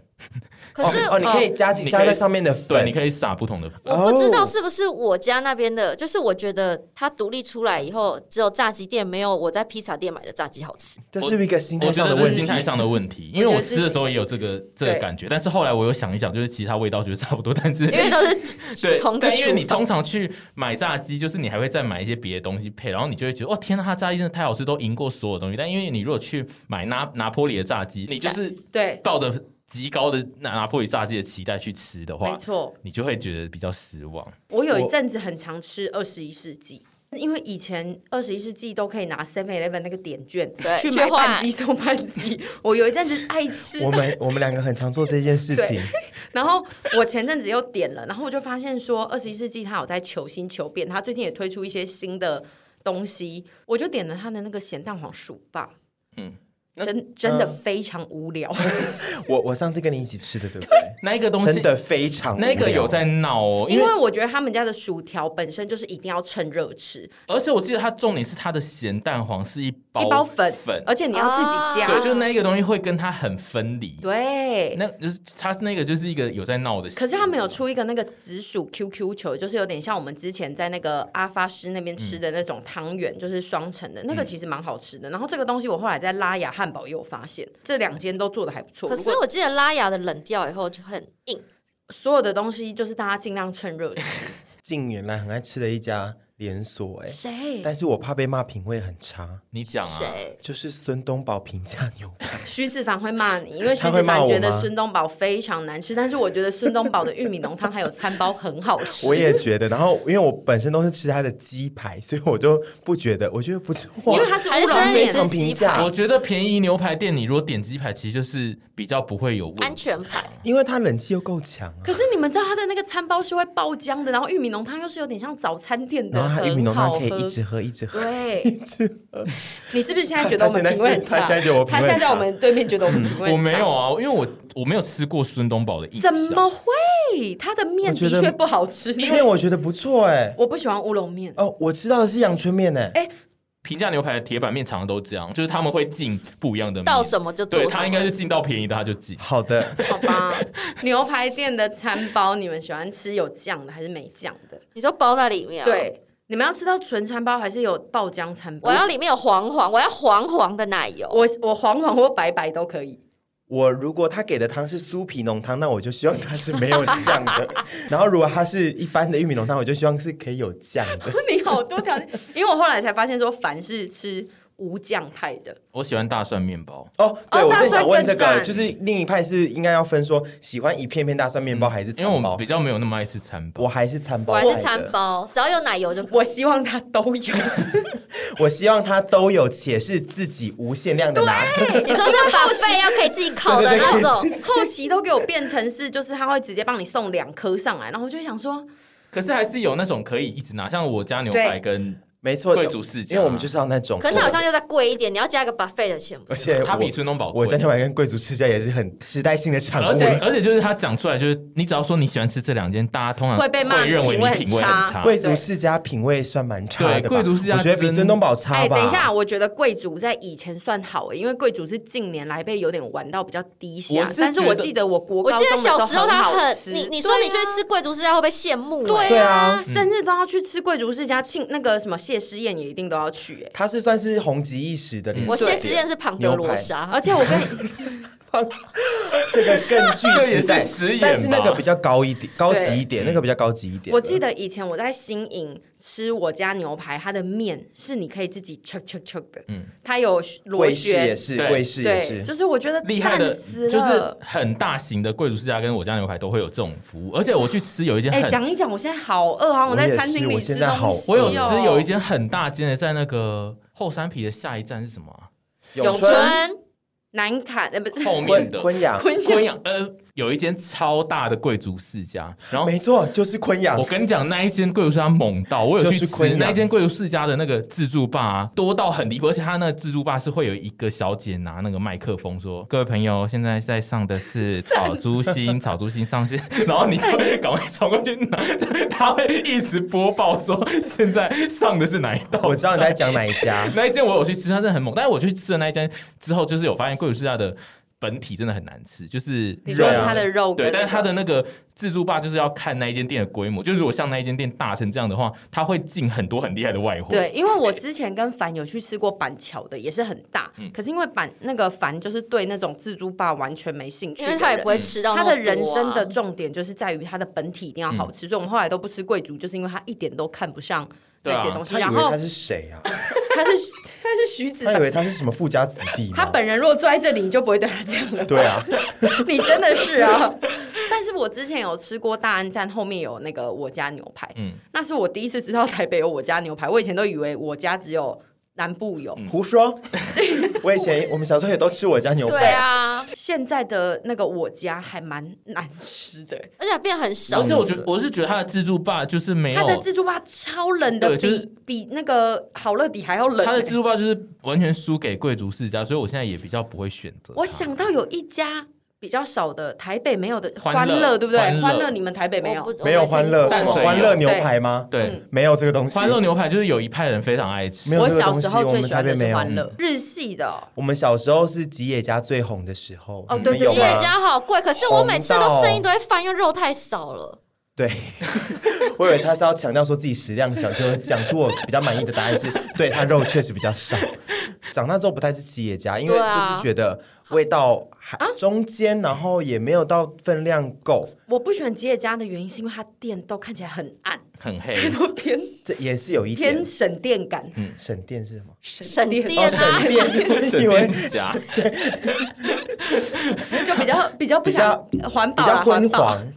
S4: 可是
S3: 哦，你可以加
S2: 你
S3: 几
S2: 可以
S3: 加在上面的
S2: 对，你
S3: 粉，
S2: 可以撒不同的粉。
S4: 我不知道
S3: 哦
S4: 是不是我家那边的，就是我觉得它独立出来以后，只有炸鸡店没有我在披萨店买的炸鸡好吃。
S3: 这是不是一个心态
S2: 我觉
S3: 上的
S2: 得这
S3: 问
S2: 是
S3: 题
S2: 心。态上的问题，因为我吃的时候也有这个这个感觉，但是后来我又想一想，就是其他味道觉得差不多，但是
S4: 因为都是
S2: (laughs) 对，
S4: 同个
S2: 但因为
S4: 厨
S2: 你
S4: 房
S2: 通常去买炸鸡，就是你还会再买一些别的东西配，然后你就会觉得哦，天呐，它炸鸡真的太好吃，都赢过所有东西。但因为你如果去买拿拿坡里的炸鸡，你就是
S1: 对，
S2: 抱着极高的拿拿坡里炸鸡的期待去吃的
S1: 没
S2: 话，
S1: 错。
S2: 你就会觉得比较失望。
S1: 我有一
S3: 我
S1: 阵子很常吃二十一世纪。因为以前二十一世纪都可以拿 Seven Eleven 那个点券
S4: 对
S1: 去
S4: 去
S1: 买
S4: 换
S1: 半鸡送半鸡， (laughs) 我有一阵子爱吃
S3: 我们我们两个很常做这件事
S2: (laughs)
S3: 情，
S1: 然后我前阵子又点了，然后我就发现说，二十一世纪它有在求新求变，它最近也推出一些新的东西，我就点了它的那个咸蛋黄薯棒，
S2: 嗯
S1: 嗯，真真的非常无聊，
S3: 我我上次跟你一起吃的，对不对？
S2: 那一个东
S3: 真
S2: 西，
S3: 的非常
S2: 那
S3: 无
S2: 个
S3: 聊
S2: 有在闹哦， (laughs) 因
S1: 因
S2: 为
S1: 为我觉得他们家的薯条本身就是一定要趁热吃，
S2: 而且我记得它重点是它的咸蛋黄是一包
S1: 一包粉，
S2: 粉，
S1: 而且你要自己加，
S2: 对，就是那一个东西会跟它很分离。
S1: 对
S2: 那就是它那个就是一个有在闹的食物，
S1: 可是他们有出一个那个紫薯 QQ 球，就是有点像我们之前在那个阿发师那边吃的那种汤圆，就是双层的那
S3: 嗯
S1: 个，其实蛮好吃的。然后这个东西我后来在拉雅汉堡也有发现，这两间都做的还不错。
S4: 可
S1: 如
S4: 是
S1: 果
S4: 我记得拉雅的冷掉以后就很硬，
S1: 所有的东西就是大家尽量趁热吃。
S3: 近年来很爱吃的一家连锁，哎，
S1: 谁？
S3: 但是我怕被骂品味很差，
S2: 你讲啊，
S4: 谁？
S3: 就是孙东宝平价牛排，
S1: 徐子凡会骂你，因为徐
S3: 他会
S1: 子
S3: 骂
S1: 凡
S3: 我
S1: 觉得
S3: 吗
S1: 孙东宝非常难吃，但是我觉得孙东宝的玉米浓汤还有餐包很好吃。
S3: 我也觉得。然后因为我本身都是吃他的鸡排，所以我就不觉得，我觉得不错。
S1: 因为它是乌
S4: 还是
S1: 龙
S4: 说
S1: 面
S4: 你
S3: 非
S4: 是
S3: 常
S4: 鸡
S3: 平
S4: 排
S3: 价
S2: 我，觉得便宜牛排店，你如果点鸡排，其实就是比较不会有问题
S4: 安全牌？
S3: 因为它冷气又够强啊
S1: 可。是你们知道它的那个餐包是会爆浆的，然后玉米浓汤又是有点像早餐店的，
S3: 然后他玉米浓汤可以一直喝 (laughs) 一直喝。
S1: 对，你是不是现在觉得我们
S3: 他
S1: 品味很
S3: 他
S1: 差？
S3: 现在觉得我品
S1: 他
S3: 味
S1: 现
S3: 很
S1: 在
S3: 差
S1: 在我们对面觉得我们品味很差
S2: 我没有，啊，因为我我没有吃过孙东宝的意
S1: 怎
S2: 象。
S1: 么会？他的面
S3: 我觉
S1: 的
S3: 得
S1: 确不好吃，
S3: 因为我觉得不错哎。
S1: 我不喜欢乌龙面。
S3: 哦，我知道的是阳春面哎，
S2: 平价牛排的铁板面常常都这样，就是他们会进不一样的面
S4: 到什么就做
S2: 对
S4: 什么。
S2: 他应该是进到便宜的他就进。
S3: 好的，
S1: 好吧，牛排店的餐包你们喜欢吃有酱的还是没酱的？
S4: 你说包在里面、啊，，
S1: 对，你们要吃到纯餐包还是有爆浆餐包？
S4: 我要里面有黄黄，我要黄黄的奶油。
S1: 我我黄黄或白白都可以。
S3: 我如果他给的汤是酥皮浓汤，那我就希望它是没有酱
S2: (laughs)
S3: 的。然后如果它是一般的玉米浓汤，我就希望是可以有酱
S2: (laughs)
S3: 的。
S1: (laughs) 你好多条件，因为我后来才发现说，凡是吃无酱派的，
S2: 我喜欢大蒜面包，
S3: 哦，对，
S1: 哦
S3: 我正想问这
S1: 大蒜
S3: 个，
S1: 更赞
S3: 就是另一派是应该要分说喜欢一片片大蒜面包还是
S2: 嗯因
S3: 餐
S2: 为我
S3: 包
S2: 比，较没有那么爱吃餐
S3: 我
S2: 包。
S3: 还是餐包
S4: 我还
S3: 派的，
S4: 是餐包，只要有奶油就可以。
S1: 我希望它都
S2: (laughs)
S1: 有。
S3: 我希望它都有，且是自己无限量的拿。 (laughs)
S4: 你说像把肺要可以自己烤啊的那种，
S1: 后期都给我变成是，就是他会直接帮你送两颗上来，然后我就想说，
S2: 可是还是有那种可以一直拿，像我家牛排跟
S3: 没错，
S2: 贵族世家，
S3: 因为我们就是要那种，
S4: 可是它好像又再贵一点，你要加一个把肺的钱，不
S3: 而
S4: 是？
S3: 且
S2: 它
S3: 哎我
S2: 比孙东宝
S3: 我
S2: 贵。
S3: 在天晚跟贵族世家也是很时代性的产
S2: 而
S3: 物
S2: 且
S3: 了。
S2: 而且就是他讲出来，就是你只要说你喜欢吃这两间，大家通常
S1: 会被骂
S2: 认为
S1: 品味
S2: 你
S1: 很
S2: 品味很
S1: 差
S2: 差。
S3: 贵族世家品味算蛮差的吧？
S2: 对贵族世家
S3: 我觉得比
S2: 真
S3: 孙东宝差
S1: 哎、
S3: 吧。
S1: 等一下，，我觉得贵族在以前算好、欸因为贵族是近年来被有点玩到比较低下，
S2: 我是
S1: 但是我
S2: 觉得
S1: 记得我国
S4: 我
S1: 高
S4: 记得
S1: 中的
S4: 小时候
S1: 很
S4: 它
S1: 好
S4: 很，
S1: 吃，
S4: 你你说你去吃贵族世家会不会羡慕、
S1: 对啊。
S4: 欸
S1: 对
S3: 对啊
S1: 啊，生日都要去吃贵族世家庆，那个什么谢师宴也一定都要去、哎。
S3: 他是算是红极一时的连
S4: 我
S3: 锁店。
S4: 谢师宴是庞德罗莎，
S1: 而且我跟你
S3: 这个更具
S2: 这也
S3: 时
S2: 是 (laughs)
S3: 代
S2: 食言吧
S3: 但是那个比较高一点，高级一点，那个比较高级一点。
S1: 我记得以前我在新营吃我家牛排，它的面是你可以自己 chok chok chok 的，
S2: 嗯
S1: 它有螺
S3: 贵士也
S1: 旋，
S3: 是，
S2: 对
S3: 贵士也
S1: 对，
S3: 是。
S1: 就是我觉得
S2: 厉害的
S1: 赞死，了
S2: 就是很大型的贵族世家跟我家牛排都会有这种服务，而且我去吃有一间
S1: 哎，
S2: 很，
S1: 讲一讲，我现在好饿啊！
S3: 我也
S1: 在
S3: 是
S1: 餐厅
S3: 我
S1: 里
S3: 现
S1: 吃
S3: 在好
S1: 东
S3: 饿
S1: 西、
S2: 我
S1: 哦，
S2: 有吃有一间很大间的，在那个后山皮的下一站是什么啊、
S1: 咏
S4: 春
S1: 春南坎，呃，不是
S2: 后面
S3: 昆
S2: 的
S3: 昆阳，
S1: 昆
S2: 昆阳，呃，有一间超大的贵族世家，然后
S3: 没错，就是昆阳
S2: 我。跟你讲，那一间贵族世家猛到，我有去
S3: 啊就是昆
S2: 吃
S3: 阳
S2: 那一间贵族世家的那个自助吧、啊，多到很离谱，而且他那个自助吧是会有一个小姐拿那个麦克风说：“各位朋友，现在在上的
S3: (laughs)
S2: 是炒猪心，炒猪心上线。”然后你就赶快冲过去拿，他会一直播报说现在上的是哪一道。，
S3: 我知道你在讲哪一家
S2: 那一间我有去吃，它真的很猛，但是我去吃的那一间之后，就是有发现贵族世家的本体真的很难吃，就是
S1: 你说
S3: 对啊
S1: 它的肉跟
S2: 对，
S1: 那个，
S2: 但是它的那个自助吧就是要看那一间店的规模，就如果像那一间店大成这样的话，它会进很多很厉害的外货。，
S1: 对，因为我之前跟凡有去吃过板桥的，也是很大，
S3: 嗯
S1: 可是因为板那个凡就是对那种自助霸完全没兴趣
S4: 因
S1: 的人，
S4: 为他也不会吃到那
S1: 他
S4: 么多啊、
S1: 的人生的重点就是在于他的本体一定要
S2: 嗯
S1: 好吃，所以我们后来都不吃贵族，就是因为他一点都看不上那
S2: 啊
S1: 些东西。
S3: 他
S1: (laughs)
S3: 以
S1: 然
S3: 为
S1: 后
S3: 他是谁啊？
S1: 他是他是徐子
S3: 他以
S1: 凡，
S3: 为他是什么富家子弟
S1: (laughs) 他
S3: 吗？
S1: 本人如果坐在这里，你就不会对他这样了。
S3: 对，啊，
S1: (laughs) 你真的是啊。 (laughs) 但是我之前有吃过大安站后面有那个我家牛排，
S2: 嗯
S1: 那是我第一次知道台北有我家牛排，我以前都以为我家只有南部有。
S2: 嗯
S3: 胡说！我以前我们小时候也都吃我家牛
S4: 对
S3: 排，
S4: 啊，
S1: 现在的那个我家还蛮难吃的，
S4: 而且变很少。
S2: 而且我
S1: 嗯
S2: 觉得我是觉得它的自助吧就是没
S1: 它的
S2: 有。
S1: 自助吧超冷的，
S2: 对就是
S1: 比比那个好乐迪还要冷、
S2: 它的自助吧就是完全输给贵族世家，所以我现在也比较不会选择它。
S1: 我想到有一家比较少的，台北没有的
S2: 欢
S1: 欢
S2: 乐
S1: 乐，对不对
S2: 欢？乐
S1: 欢乐你们台北没
S4: 我
S1: 有？
S4: 不
S3: 没有欢乐，
S4: 我没
S2: 淡
S4: 听过
S2: 水
S3: 欢乐牛排吗？
S1: 嗯
S2: 对，
S3: 没有这个东西。
S2: 欢乐牛排就是有一派人非常爱
S3: 没
S2: 吃，
S3: 有
S1: 我
S3: 这个
S1: 小
S3: 东西
S1: 时候
S3: 我
S1: 最
S3: 们
S1: 喜
S3: 台
S1: 欢
S3: 北
S1: 的
S3: 没
S1: 是
S3: 有。
S1: 欢乐日系的哦，
S3: 我们小时候是吉野家最红的时候，
S1: 哦
S3: 你
S1: 对
S3: 们
S1: 对
S3: 有
S4: 吉野
S3: 吗
S4: 家好贵，可是我每次
S3: 红
S4: 都
S3: 到
S4: 剩一堆饭，因为肉太少了。
S3: 对，我以为他是要强调说自己食量小，就讲出我比较满意的答案是，对他肉确实比较少。长大之后不太吃吉野家，因为
S4: 对啊
S3: 就是觉得味道还
S1: 啊
S3: 中间，然后也没有到分量够。
S1: 我不喜欢吉野家的原因是因为它店都看起来
S3: (laughs)
S1: 很暗， (laughs)
S2: 很黑。
S1: 都偏
S3: 这也是有一点
S1: 偏省电感。
S3: 省电是什么？
S4: 省
S1: 电
S4: 电
S3: 哦，省
S4: 啊，
S3: 电，我以
S2: 省
S3: 为
S2: 电之家，
S1: (laughs) 就比较比较不
S3: 比较
S1: 想 (laughs) 环
S3: 比
S1: 保
S3: 较
S1: 啊，
S3: 昏
S1: 环保。 (laughs)
S3: 黄。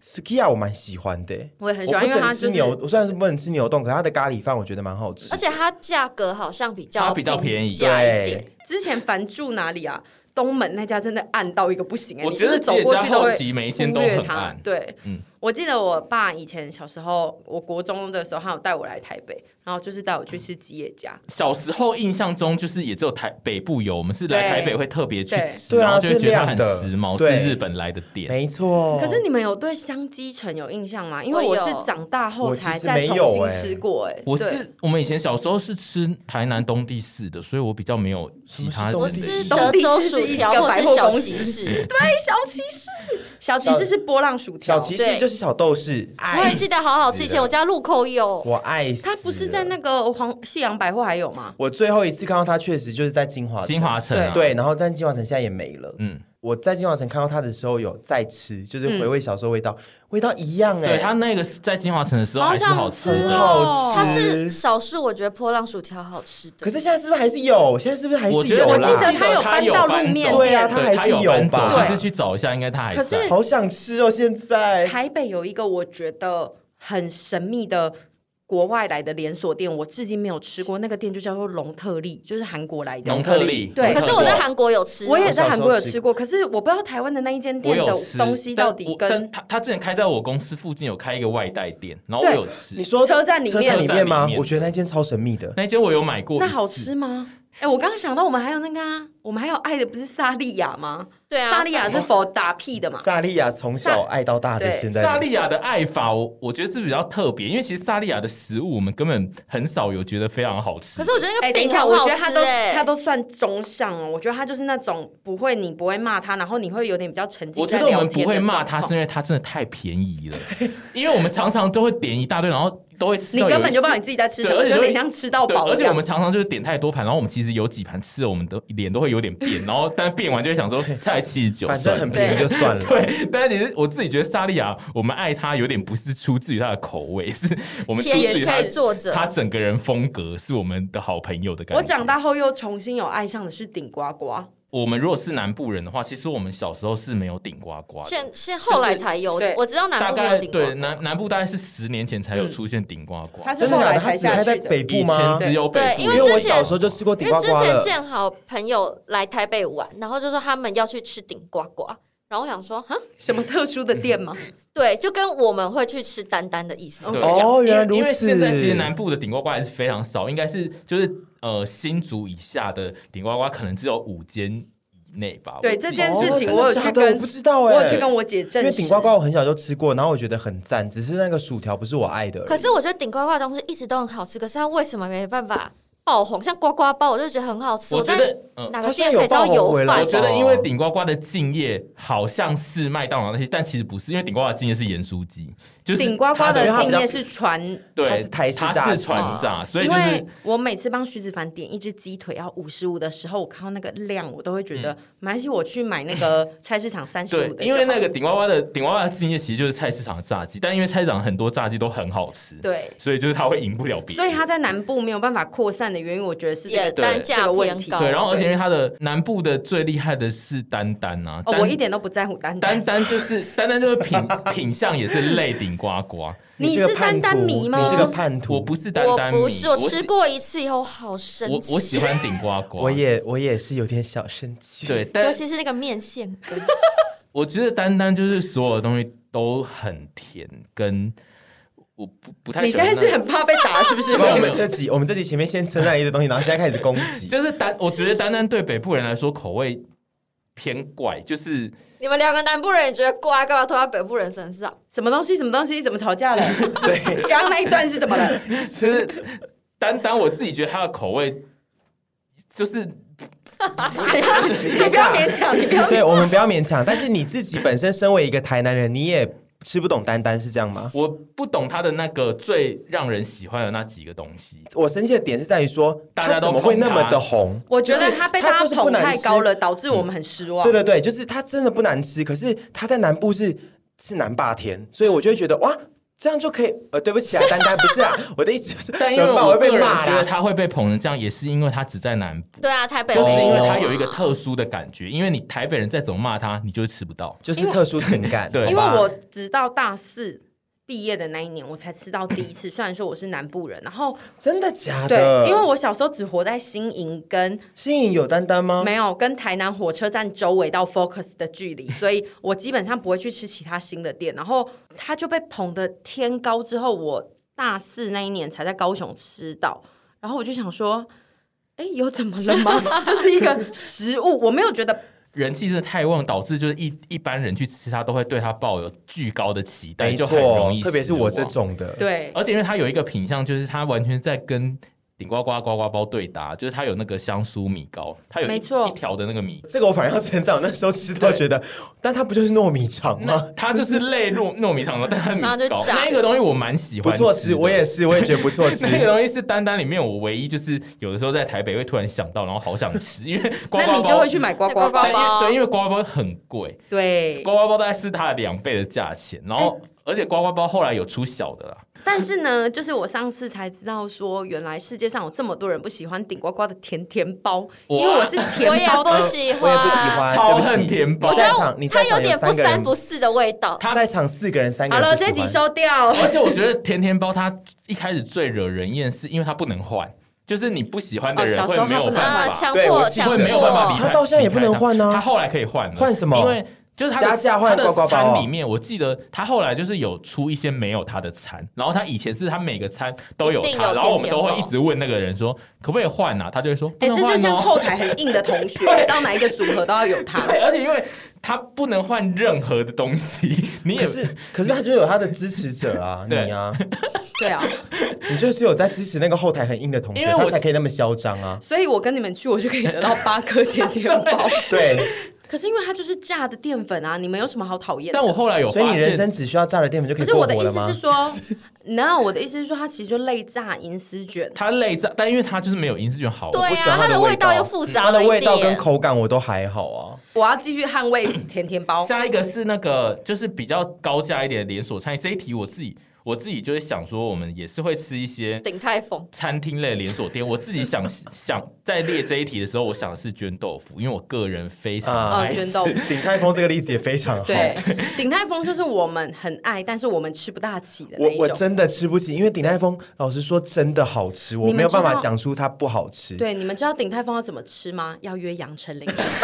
S3: Sukiya 我蛮喜欢的，
S1: 我也很喜
S3: 我不
S1: 欢，因为
S3: 能
S1: 它
S3: 吃
S1: 就是
S3: 牛，我虽然是不能吃牛冻，可它的咖喱饭我觉得蛮好吃
S4: 而。且它价格好像比较
S2: 它比较便宜
S4: 平价一点
S3: 对，，
S1: 之前凡住哪里啊？东门那家真的暗到一个不行哎、
S2: 我
S1: 你
S2: 觉得
S1: 就是走过去都
S2: 吉野家后
S1: 会
S2: 期每一间都
S1: 忽略
S2: 很
S1: 它
S2: 暗
S1: 对，
S2: 嗯
S1: 我记得我爸以前小时候，我国中的时候，他有带我来台北，然后就是带我去吃吉野家。
S2: 小时候印象中就是也只有台北部有，我们是来
S1: 对
S2: 台北会特别去
S1: 对
S2: 吃，
S3: 对啊
S2: 然后就会觉得它
S3: 是
S2: 很
S3: 亮的
S2: 时髦，
S3: 对
S2: 是日本来的店。
S3: 没错。
S2: 哦
S1: 可是你们有对香鸡城有印象吗？因为
S4: 我
S1: 我
S4: 有
S1: 是长大后
S3: 我其
S1: 才
S3: 实
S1: 再
S3: 没
S1: 重
S3: 有
S1: 新
S3: 欸
S1: 吃过、欸，哎，
S2: 我是我们以前小时候是吃台南东地市的，所以我比较没有其他
S3: 什
S2: 的
S3: 么
S4: 我
S2: 类
S3: 是东
S4: 是
S2: 型。
S4: 德州薯条或者是小骑士，
S1: 小骑士，小骑士是波浪薯条
S3: 小，骑士就是小斗士，
S4: 我
S3: 爱
S4: 也记得好好吃。以前我家路口有，
S3: 我爱死了。
S1: 他不是在那个黄夕阳百货还有吗？
S3: 我最后一次看到他，确实就是在金华城
S2: 金华城啊，
S3: 对，然后但金华城现在也没了。
S2: 嗯，
S3: 我在金华城看到他的时候，有在吃，就是回
S1: 嗯
S3: 味小时候味道，味道一样哎、
S2: 对，它那个是在金华城的时候还是好
S1: 想
S2: 吃
S1: 吃
S2: 的。
S3: 好
S1: 哦！
S4: 它是少数我觉得波浪薯条好吃的。
S3: 可是现在是不是还是有？现在是不是还是
S2: 我觉得
S3: 有
S1: 我记
S3: 啦
S1: 得？他有搬到路面
S3: 对啊
S1: 店。
S3: 它还是
S2: 有
S3: 有
S2: 搬走
S3: 吧
S2: 就是去找一下，应该它还
S1: 可是
S2: 在。
S3: 好想吃哦！现在
S1: 台北有一个我觉得很神秘的国外来的连锁店，我至今没有吃过，那个店就叫做龙特利，就是韩国来
S2: 农
S1: 的。
S2: 特利，
S1: 对
S4: 可是我在韩国有吃，
S1: 我也在
S3: 我小时候
S1: 韩国有
S3: 吃
S1: 吃过，可是我不知道台湾的那一间
S2: 我
S1: 店的
S2: 有吃
S1: 东西到底
S2: 但我
S1: 跟
S2: 但他他之前开在我公司附近有开一个外带店，然后我有吃
S3: 你说
S1: 车站里
S3: 车
S1: 面嗯
S3: 站里面
S2: 车站
S3: 吗
S2: 里？面
S3: 我觉得那间超神秘的。
S2: 那间，我有买过一次。
S1: 那好吃吗？哎、我刚刚想到我们还有那个啊，我们还有爱的不是萨莉亚吗？
S4: 对啊，
S1: 萨莉亚是否打屁
S4: (laughs)
S1: 的嘛？
S3: 萨莉亚从小爱到大的
S1: 对
S3: 现在，
S2: 萨莉亚的爱法，我我觉得是比较特别，因为其实萨莉亚的食物我们根本很少有觉得非常好吃。
S4: 可是我觉得
S1: 哎、
S4: 那个
S1: 等一
S4: 饼
S1: 下，
S4: 很
S1: 我
S4: 好
S1: 觉得
S4: 吃
S1: 他都
S4: 哎，
S1: 他都算中上哦。我觉得他就是那种不会，你不会骂他，然后你会有点比较沉浸
S2: 我
S1: 在
S2: 觉
S1: 聊
S2: 得
S1: 天
S2: 我
S1: 的
S2: 们不会骂
S1: 状
S2: 它，
S1: 况
S2: 是因为它真的太便宜了。因为我们常常都会点一大堆，然后都会吃
S1: 你
S2: 到有一
S1: 根
S2: 些。
S1: 本就不知道你自己在吃什
S2: 对
S1: 么，
S2: 而且
S1: 就
S2: 就
S1: 有点像吃到
S2: 对，
S1: 饱
S2: 而
S1: 一
S2: 且我
S1: 样
S2: 们。常常就是点太多盘，然后我们其实有几盘吃了，我们都脸都会有点变，然后但变完就会想说才七十九，
S3: 反正很便宜就算了。
S2: 对，但是其实我自己觉得萨莉亚，我们爱她有点不是出自于她的口味，是我们出
S4: 便
S2: 自于
S4: 宜可
S2: 她
S4: 以坐着。
S2: 她整个人风格是我们的好朋友的感
S1: 我
S2: 觉。
S1: 长，大后又重新有爱上的是顶呱呱，
S2: 我们如果是南部人的话，其实我们小时候是没有顶呱呱的。
S4: 现现后来才有，
S1: 对
S4: 我知道南
S2: 大
S4: 部没有
S2: 概
S4: 顶
S2: 对
S4: 呱嗯
S2: 南南部大概是十年前才有出现顶呱呱，
S1: 它是
S3: 真的
S1: 后
S3: 假
S1: 来
S3: 的？它
S1: 才
S3: 只
S1: 下
S3: 开在
S1: 去的。
S3: 北部
S2: 以
S3: 吗
S2: 前？只有北
S4: 对
S2: 部
S4: 因
S3: 因
S4: 为
S3: 为我
S4: 之前
S3: 小时候就吃过
S4: 呱，
S3: 顶
S4: 因为
S3: 呱
S4: 之
S3: 呱
S4: 前
S3: 了。
S4: 见好朋友来台北玩，然后就说他们要去吃顶呱呱，然后我想说，哈，
S1: 什么特殊的店
S2: (laughs)
S1: 吗？
S4: 对，就跟我们会去吃丹丹的意
S1: 嗯
S4: 思。
S2: 对
S3: 哦
S2: 因为
S3: 原来如此
S2: 因为现在其实南部的顶呱呱还是非常少，应该是就是呃新竹以下的顶呱呱可能只有五间以内吧。
S1: 对
S2: 我自己
S1: 这件事情
S3: 哦
S1: 我有
S3: 真的假
S1: 去
S3: 的
S1: 跟
S3: 我不知道
S1: 我
S3: 哎，
S1: 有去跟我姐证
S3: 因为
S1: 实。
S3: 顶呱呱我很小就吃过，然后我觉得很赞，只是那个薯条不是我爱的而已。
S4: 可是我觉得顶呱呱的东西一直都很好吃，可是它为什么没办法爆红？像呱呱包，我就觉得很好吃。
S2: 我觉
S4: 在
S2: 得嗯。
S4: 哪
S3: 它
S4: 个
S3: 现在有
S4: 店才知道
S3: 爆红
S4: 有
S3: 回来
S4: 饭
S2: 我
S3: 吧？
S2: 觉得，因为顶呱呱的敬业好像是麦当劳那些，但其实不是，因为顶呱呱的敬业是盐酥鸡，就是
S1: 顶呱呱
S2: 它
S1: 的
S3: 因为它比
S1: 敬
S3: 较
S1: 业是传
S2: 对，
S3: 它是台式炸鸡
S2: 它是船
S4: 哦
S2: 炸，所以
S1: 因
S2: 就
S1: 为
S2: 是
S1: 我每次帮徐子凡点一只鸡腿要五十五的时候，我看到那个量，我都会觉得，没关系，我去买那
S2: (laughs)
S1: 个菜市场三十
S2: 嗯对
S1: 五，的就好，
S2: 因为那个顶呱呱的顶呱呱的敬业其实就是菜市场的炸鸡，但因为菜市场很多炸鸡都很好吃，
S1: 对，
S2: 所以就是它会赢不了别人。
S1: 所以它在南部没有办法扩散的原因，我觉得是这
S4: 也
S1: 个
S4: 单
S1: 这
S4: 价
S1: 个
S4: 偏
S1: 问题
S4: 高。
S2: 对，然后而且因为它的南部的最厉害的是丹丹啊，
S1: 哦，
S2: 丹
S1: 我一点都不在乎丹
S2: 丹。丹就是丹丹就是
S1: (laughs)
S2: 品品相也是类顶呱呱，
S1: 你
S3: 这个
S1: 是
S3: 叛
S1: 丹丹
S3: 徒
S1: 迷吗
S3: 你这个叛徒，
S2: 我不是丹丹
S4: 我
S2: 迷，
S4: 不是，我
S2: 喜
S4: 吃过一次以后好生
S2: 我
S4: 气，
S2: 我喜欢顶呱呱，
S3: (laughs) 我也我也是有点小生气。
S2: 对，，但
S4: 尤其是那个面线羹，
S2: 我觉得丹丹就是所有的东西都很甜，跟我不不太
S1: 你
S2: 喜
S1: 现
S2: 欢
S1: 在
S2: 那
S1: 是很怕被打是不是？
S3: 因为我们这集我们这集前面先称赞一堆东西，然后现在开始攻
S1: (laughs)
S3: 击。
S2: 就是丹，我觉得丹丹对北部人来说口味偏怪，就是 (laughs)
S4: 你们两个南部人也觉得瓜，干嘛拖到北部人啊身上？
S1: 什么东西？什么东西？怎么吵架了？
S3: (laughs) 对，
S1: 刚刚那一段是怎么
S3: (laughs)
S1: 了？
S2: 就是丹丹我自己觉得他的口味就是
S1: 啊你不要勉强，你不要。
S3: 对我们不要勉强，但是你自己本身身为一个台南人，你也吃不懂丹丹是这样吗？
S2: 我不懂他的那个最让人喜欢的那几个东西。
S3: 我生气的点是在于说，
S2: 大家
S3: 它
S2: 都
S3: 怎么会那么的红？
S1: 我觉得
S3: 就是
S1: 他
S3: 它
S1: 被大家
S3: 就是不
S1: 捧
S3: 难
S1: 太
S3: 吃嗯
S1: 高。了，导致我们很失望
S3: 对。对对，就是它真的不难吃，可是它在南部是是南霸天，所以我就会觉得哇，这样就可以。呃，对不起啊，丹丹不是啊，我的意
S1: (laughs)
S3: 思就是，
S2: 但因
S3: 怎
S2: 为
S3: 么办？
S2: 我
S3: 我会
S2: 个
S3: 被
S2: 人
S3: 骂
S2: 觉得
S3: 啦。
S2: 他会被捧成这样，也是因为他只在南部，
S4: 对啊，台北
S2: 就是
S4: 没
S2: 因为他
S4: 啊
S2: 有一个特殊的感觉，因为你台北人再怎么骂他，你就是吃不到。
S3: 就是特殊情感，
S2: (laughs) 对
S1: 因为
S3: 好吧
S1: 我直到大四毕业的那一年，我才吃到第一次。虽然说我是南部人，然后
S3: 真的假
S1: 对
S3: 的？，
S1: 因为我小时候只活在新营跟
S3: 新颖有丹丹吗？
S1: 没有跟台南火车站周围到 Focus 的距离，所以我基本上不会去吃其他新的店。然后它就被捧得天高之后，我大四那一年才在高雄吃到，然后我就想说。哎，有怎么了
S4: (laughs)
S1: 吗？就是一个食物，我没有觉得
S2: 人气真的太旺，导致就是一一般人去吃它都会对它抱有巨高的期待，
S3: 没
S2: 就很容
S3: 错
S2: 易，，
S3: 特别是我这。种的，
S1: 对，
S2: 而且因为它有一个品相，就是它完全在跟顶呱呱呱呱包对打，就是它有那个香酥米糕，它有一
S1: 没错
S2: 一条的那个米，
S3: 这个我反而要成长，那时候吃到觉得，但它不就是糯米肠吗？
S2: 它就是类糯糯米肠的，但它米
S4: 然后就
S2: 糕
S4: 炸
S2: 那个东西我蛮喜
S3: 不
S2: 欢，
S3: 错吃，我也。是，我也觉得不错吃。
S2: 那个东西是丹丹里面我唯一就是有的时候在台北会突然想到，然后好想
S1: (laughs)
S2: 吃，因为呱呱
S1: 那
S2: 包
S1: 你就会去买呱呱
S4: 呱
S2: 对
S1: 包
S4: 呱，
S2: 因为对，因为呱呱包很贵，
S1: 对。
S2: 呱呱包大概是它的两倍的价钱，然后、
S1: 哎
S2: 而且呱呱包后来有出小的啦，
S1: 但是呢，就是我上次才知道说，原来世界上有这么多人不喜欢顶呱呱的甜甜包，因
S2: 哇
S1: 为我是
S4: 我
S1: 甜
S4: 也
S1: 包，
S4: 不喜
S3: 我
S4: 欢，
S3: 也不喜欢，
S2: 超
S3: 啊对不起
S2: 恨甜包
S4: 我
S3: 你
S4: 觉
S3: 在场，你
S4: 得
S3: 在
S4: 它有
S3: 场
S4: 点不
S3: 三个人
S4: 三不四的味道。
S2: 它
S3: 在场四个人，三个
S1: 好
S3: 人
S1: 了，
S3: 不喜
S1: 这
S3: 欢
S1: 集收掉。
S2: (laughs) 而且我觉得甜甜包它一开始最惹人厌，是因为它不能换，就是你不喜欢的
S1: 哦
S2: 人
S1: 小
S2: 会
S1: 时候
S2: 没有
S1: 它不能
S2: 办
S4: 啊，
S2: 法，
S4: 强
S3: 对我
S4: 迫
S3: 记
S4: 强
S3: 得
S4: 迫，
S2: 会没有办法比
S3: 它到现在也不能换啊
S2: 它后来可以换了，
S3: 换什么
S2: 因为就是它的
S3: 加价
S2: 它
S3: 换
S2: 的
S3: 呱呱包啊
S2: 餐里面，我记得它后来就是有出一些没有它的餐，然后它以前是它每个餐都有
S4: 一定
S2: 它，
S4: 有
S2: 然后我们
S4: 甜
S2: 都
S4: 甜包
S2: 会一直问那个人说可不可以换啊，他就会说不
S1: 哎、
S2: 能
S1: 这就
S2: 换
S1: 像
S2: 哦。
S1: 后台很硬的同 (laughs) 学，到哪一个组合都要有他。
S2: (laughs) 对，而且因为它不能换任何的东西， (laughs) 你也
S3: 可是，可是他就有他的支持者啊，
S2: 对
S3: 你啊，
S1: 对啊，
S3: 你就是有在支持那个后台很硬的同学，
S2: 因为
S3: 他
S2: 我
S3: 才可以那么嚣张啊。
S1: 所以我跟你们去，我就可以得到八颗甜甜包。
S3: 对，
S1: (laughs) 可是因为它就是炸的淀粉啊，你们有什么好讨厌的？
S2: 但我后来有
S3: 所以
S2: 发
S3: 你人
S2: 现，
S3: 生只需要炸了淀粉就可
S1: 可
S3: 以
S1: 是
S3: 过
S1: 我的
S3: 活
S1: 意
S3: 了
S1: 思
S3: 吗
S1: 是？说，no，我的意思是说，它其实就类炸银丝卷。
S2: 它累炸，但因为它就是没有银丝卷好
S4: 对
S3: 不喜欢
S4: 啊，
S3: 它的
S4: 的
S3: 味
S4: 味道
S3: 道
S4: 又复杂
S3: 它
S4: 了
S3: 的
S4: 一
S3: 味
S4: 点。
S3: 道跟口感我都还好啊。
S1: 我要继续捍卫甜甜包。
S2: 下一个是那个就是比较高价一点的连锁餐饮，这一题我自己我自己就是想说，我们也是会吃一些
S4: 顶泰丰，
S2: 餐厅类连锁店。我自己想 (laughs) 想在列这一题的时候，我想的是捐豆腐，因为我个人非常
S3: 啊
S1: 哦，
S2: 爱吃。
S1: 卷豆腐。
S3: (laughs) 鼎泰丰这个例子也非常好。
S1: 对，鼎泰丰就是我们很爱，但是我们吃不大起的那
S3: 我
S1: 一
S3: 我
S1: 种。
S3: 真的吃不起，因为鼎泰丰老实说真的好吃，我
S1: 你们
S3: 没有办法
S1: 知道
S3: 讲出它不好吃。，
S1: 对，你们知道鼎泰丰要怎么吃吗？要约杨丞琳，他
S3: (laughs)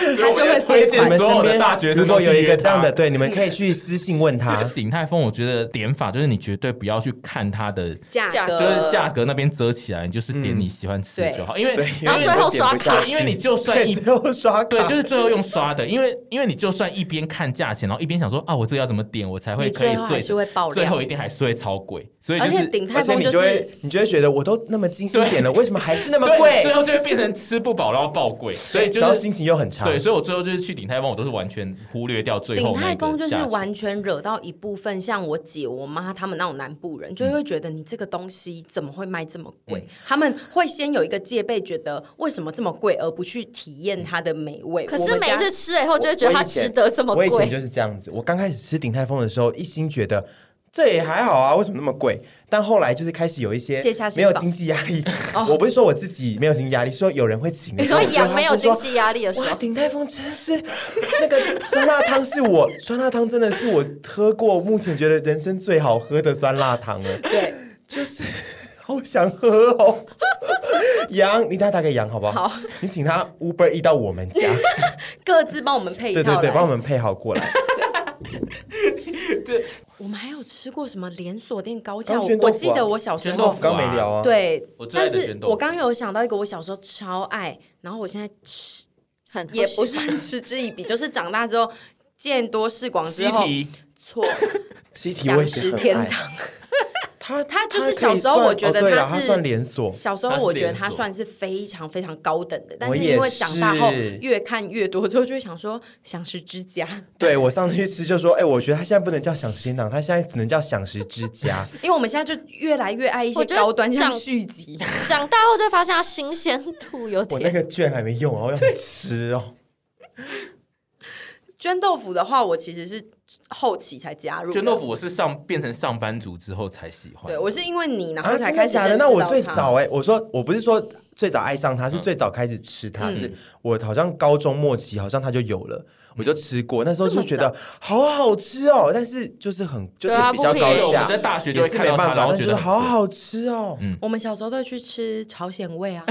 S2: 所以我
S1: 就会
S2: 就推
S1: 付
S2: 荐
S3: 你
S1: 款
S3: 们。
S2: 所有
S3: 身
S2: 的
S3: 边
S2: 大学生
S3: 如果
S2: 都去
S3: 有一个
S2: 约
S3: 这样的，
S2: 他。
S3: 对，你们可以去私信问他
S2: (laughs) 鼎泰丰，我觉得点法就是你绝对不要去看它的，
S1: 价
S4: 价
S1: 格
S4: 格
S2: 就是价格那边遮起来，你就是点你喜欢吃的
S1: 呃对
S2: 就好，因为
S3: 对，
S4: 然后最后刷卡
S2: 因为你就算
S3: 对
S2: 一
S3: 最后刷卡，
S2: 对，就是最后用刷的，因为因为你就算一边看价钱，然后一边想说啊，我这个要怎么点，我才会
S1: 你
S2: 可以
S1: 最后还
S2: 最
S1: 是会爆
S2: 最后
S1: 料。
S2: 一定还是会超贵，所以就
S1: 而且
S2: 是
S1: 鼎泰
S3: 而且
S1: 丰
S3: 你就是会你就会觉得我都那么精心点了，为什么还是那么
S2: 对，
S3: 贵
S2: 最？后就会
S3: (laughs)
S2: 变成吃不饱然后爆贵，所以就
S3: 然后
S2: 是
S3: 心情又很差。
S2: 对，所以我最后就是去鼎泰丰，我都是完全忽略掉最
S1: 鼎
S2: 后那
S1: 泰丰
S2: 个
S1: 就是
S2: 价钱。
S1: 完全惹到一部分像我姐、我妈他们那种南部人，就会觉得你这个东西怎么会卖这么贵？他们会先有一个戒备，觉得为什么这么贵，而不去体验它的美味。
S4: 可
S1: 我
S4: 是
S1: 们
S4: 每
S1: 家
S4: 次吃了以后，就会觉得它值得这么
S3: 我以前
S4: 贵。
S3: 就是这样子，我刚开始吃鼎泰丰的时候，一心觉得。这也还好啊，为什么那么贵？但后来就是开始有一些
S1: 卸下心
S3: 没有
S1: 防
S3: 经济压力。 (laughs) 我不是说我自己没有经济压力，说有人会请的
S4: 你
S3: 时候。
S4: 说
S3: 我就跟
S4: 羊
S3: 他
S4: 没有
S3: 说
S4: 经济压力的时
S3: 哇，
S4: 候，
S3: 鼎泰丰真是那个酸辣汤是我酸辣汤真的是我喝过目前觉得人生最好喝的酸辣
S1: (laughs)
S3: 汤了，
S1: 对
S3: 就是好想喝哦。 (laughs) 杨，你打打给杨好不好？
S1: 好，
S3: 你请他 Uber E 到我们
S1: (laughs)
S3: 家，
S1: 各自帮我们配一
S3: 对对
S1: 套哎
S3: 对，帮我
S1: 来。
S3: 们配好过来。
S1: 我们还有吃过什么连锁店高价？
S3: 哦
S1: 我
S3: 卷豆
S1: 我
S3: 腐
S1: 记
S3: 啊
S1: 得我小时
S2: 卷
S1: 候
S2: 豆
S3: 我
S2: 腐
S3: 刚没聊啊，，
S1: 对
S2: 我，最爱
S1: 但
S2: 的
S1: 是
S2: 卷豆腐
S1: 我刚刚有想到一个我小时候超爱，然后我现在吃
S4: 很
S1: 也不算嗤之以鼻，就是长大之后见多识广之
S2: 西
S1: 后，
S2: 提
S1: 错，
S3: 西提我
S1: 享
S3: 也是
S1: 食
S3: 很
S1: 天
S3: 爱。
S1: 堂。
S3: 哎他
S1: 它就是
S3: 可以
S1: 小时候
S3: 算
S1: 我觉得
S3: 哦对了
S1: 它
S3: 它
S1: 是
S3: 算连锁，
S1: 小时候我觉得它算是非常非常高等的，但
S3: 我
S1: 是
S3: 也
S1: 因为长大后
S3: 是
S1: 越看越多之后，就会想说想吃之家， (laughs)
S3: 对我上次去吃就说，哎，我觉得它现在不能叫享食天堂，它现在只能叫享食
S1: (laughs)
S3: 之家。
S1: 因为我们现在就越来越爱一些
S4: 我觉得
S1: 高端，像
S4: 长
S1: 续集。 (laughs)
S4: 长大后就发现它新鲜度有
S3: 我那
S4: 点。
S3: 个券还没用，然后要吃哦。
S1: 捐豆腐的话，我其实是后期才加入的
S2: 卷豆腐，。我是上变成上班族之后才喜欢。
S1: 对，我是因为你，然
S3: 啊，
S1: 后
S3: 真
S1: 才
S3: 的
S1: 开始
S3: 假
S1: 认识
S3: 的？那我
S1: 到
S3: 最
S1: 它
S3: 早哎、我说我不是说
S2: 嗯
S3: 最早爱上它，是最早开始吃它，
S1: 嗯
S3: 是我好像高中末期好像它就有了，
S2: 嗯
S3: 我就吃过，那时候
S4: 这么
S3: 就觉得好好吃哦，但是就是很就是
S4: 对啊
S3: 比较
S4: 不便宜
S2: 对，
S4: 对
S3: 高
S2: 我们
S3: 价
S2: 在，大学就
S3: 也
S2: 会
S3: 是
S2: 看
S3: 没
S2: 到
S3: 办
S2: 它，然
S3: 法，
S2: 后
S3: 但
S2: 觉
S3: 就
S2: 得很
S3: 是好
S2: 贵
S3: 好吃哦。
S1: 我们小时候都会去吃朝鲜味
S3: (laughs)
S1: 啊。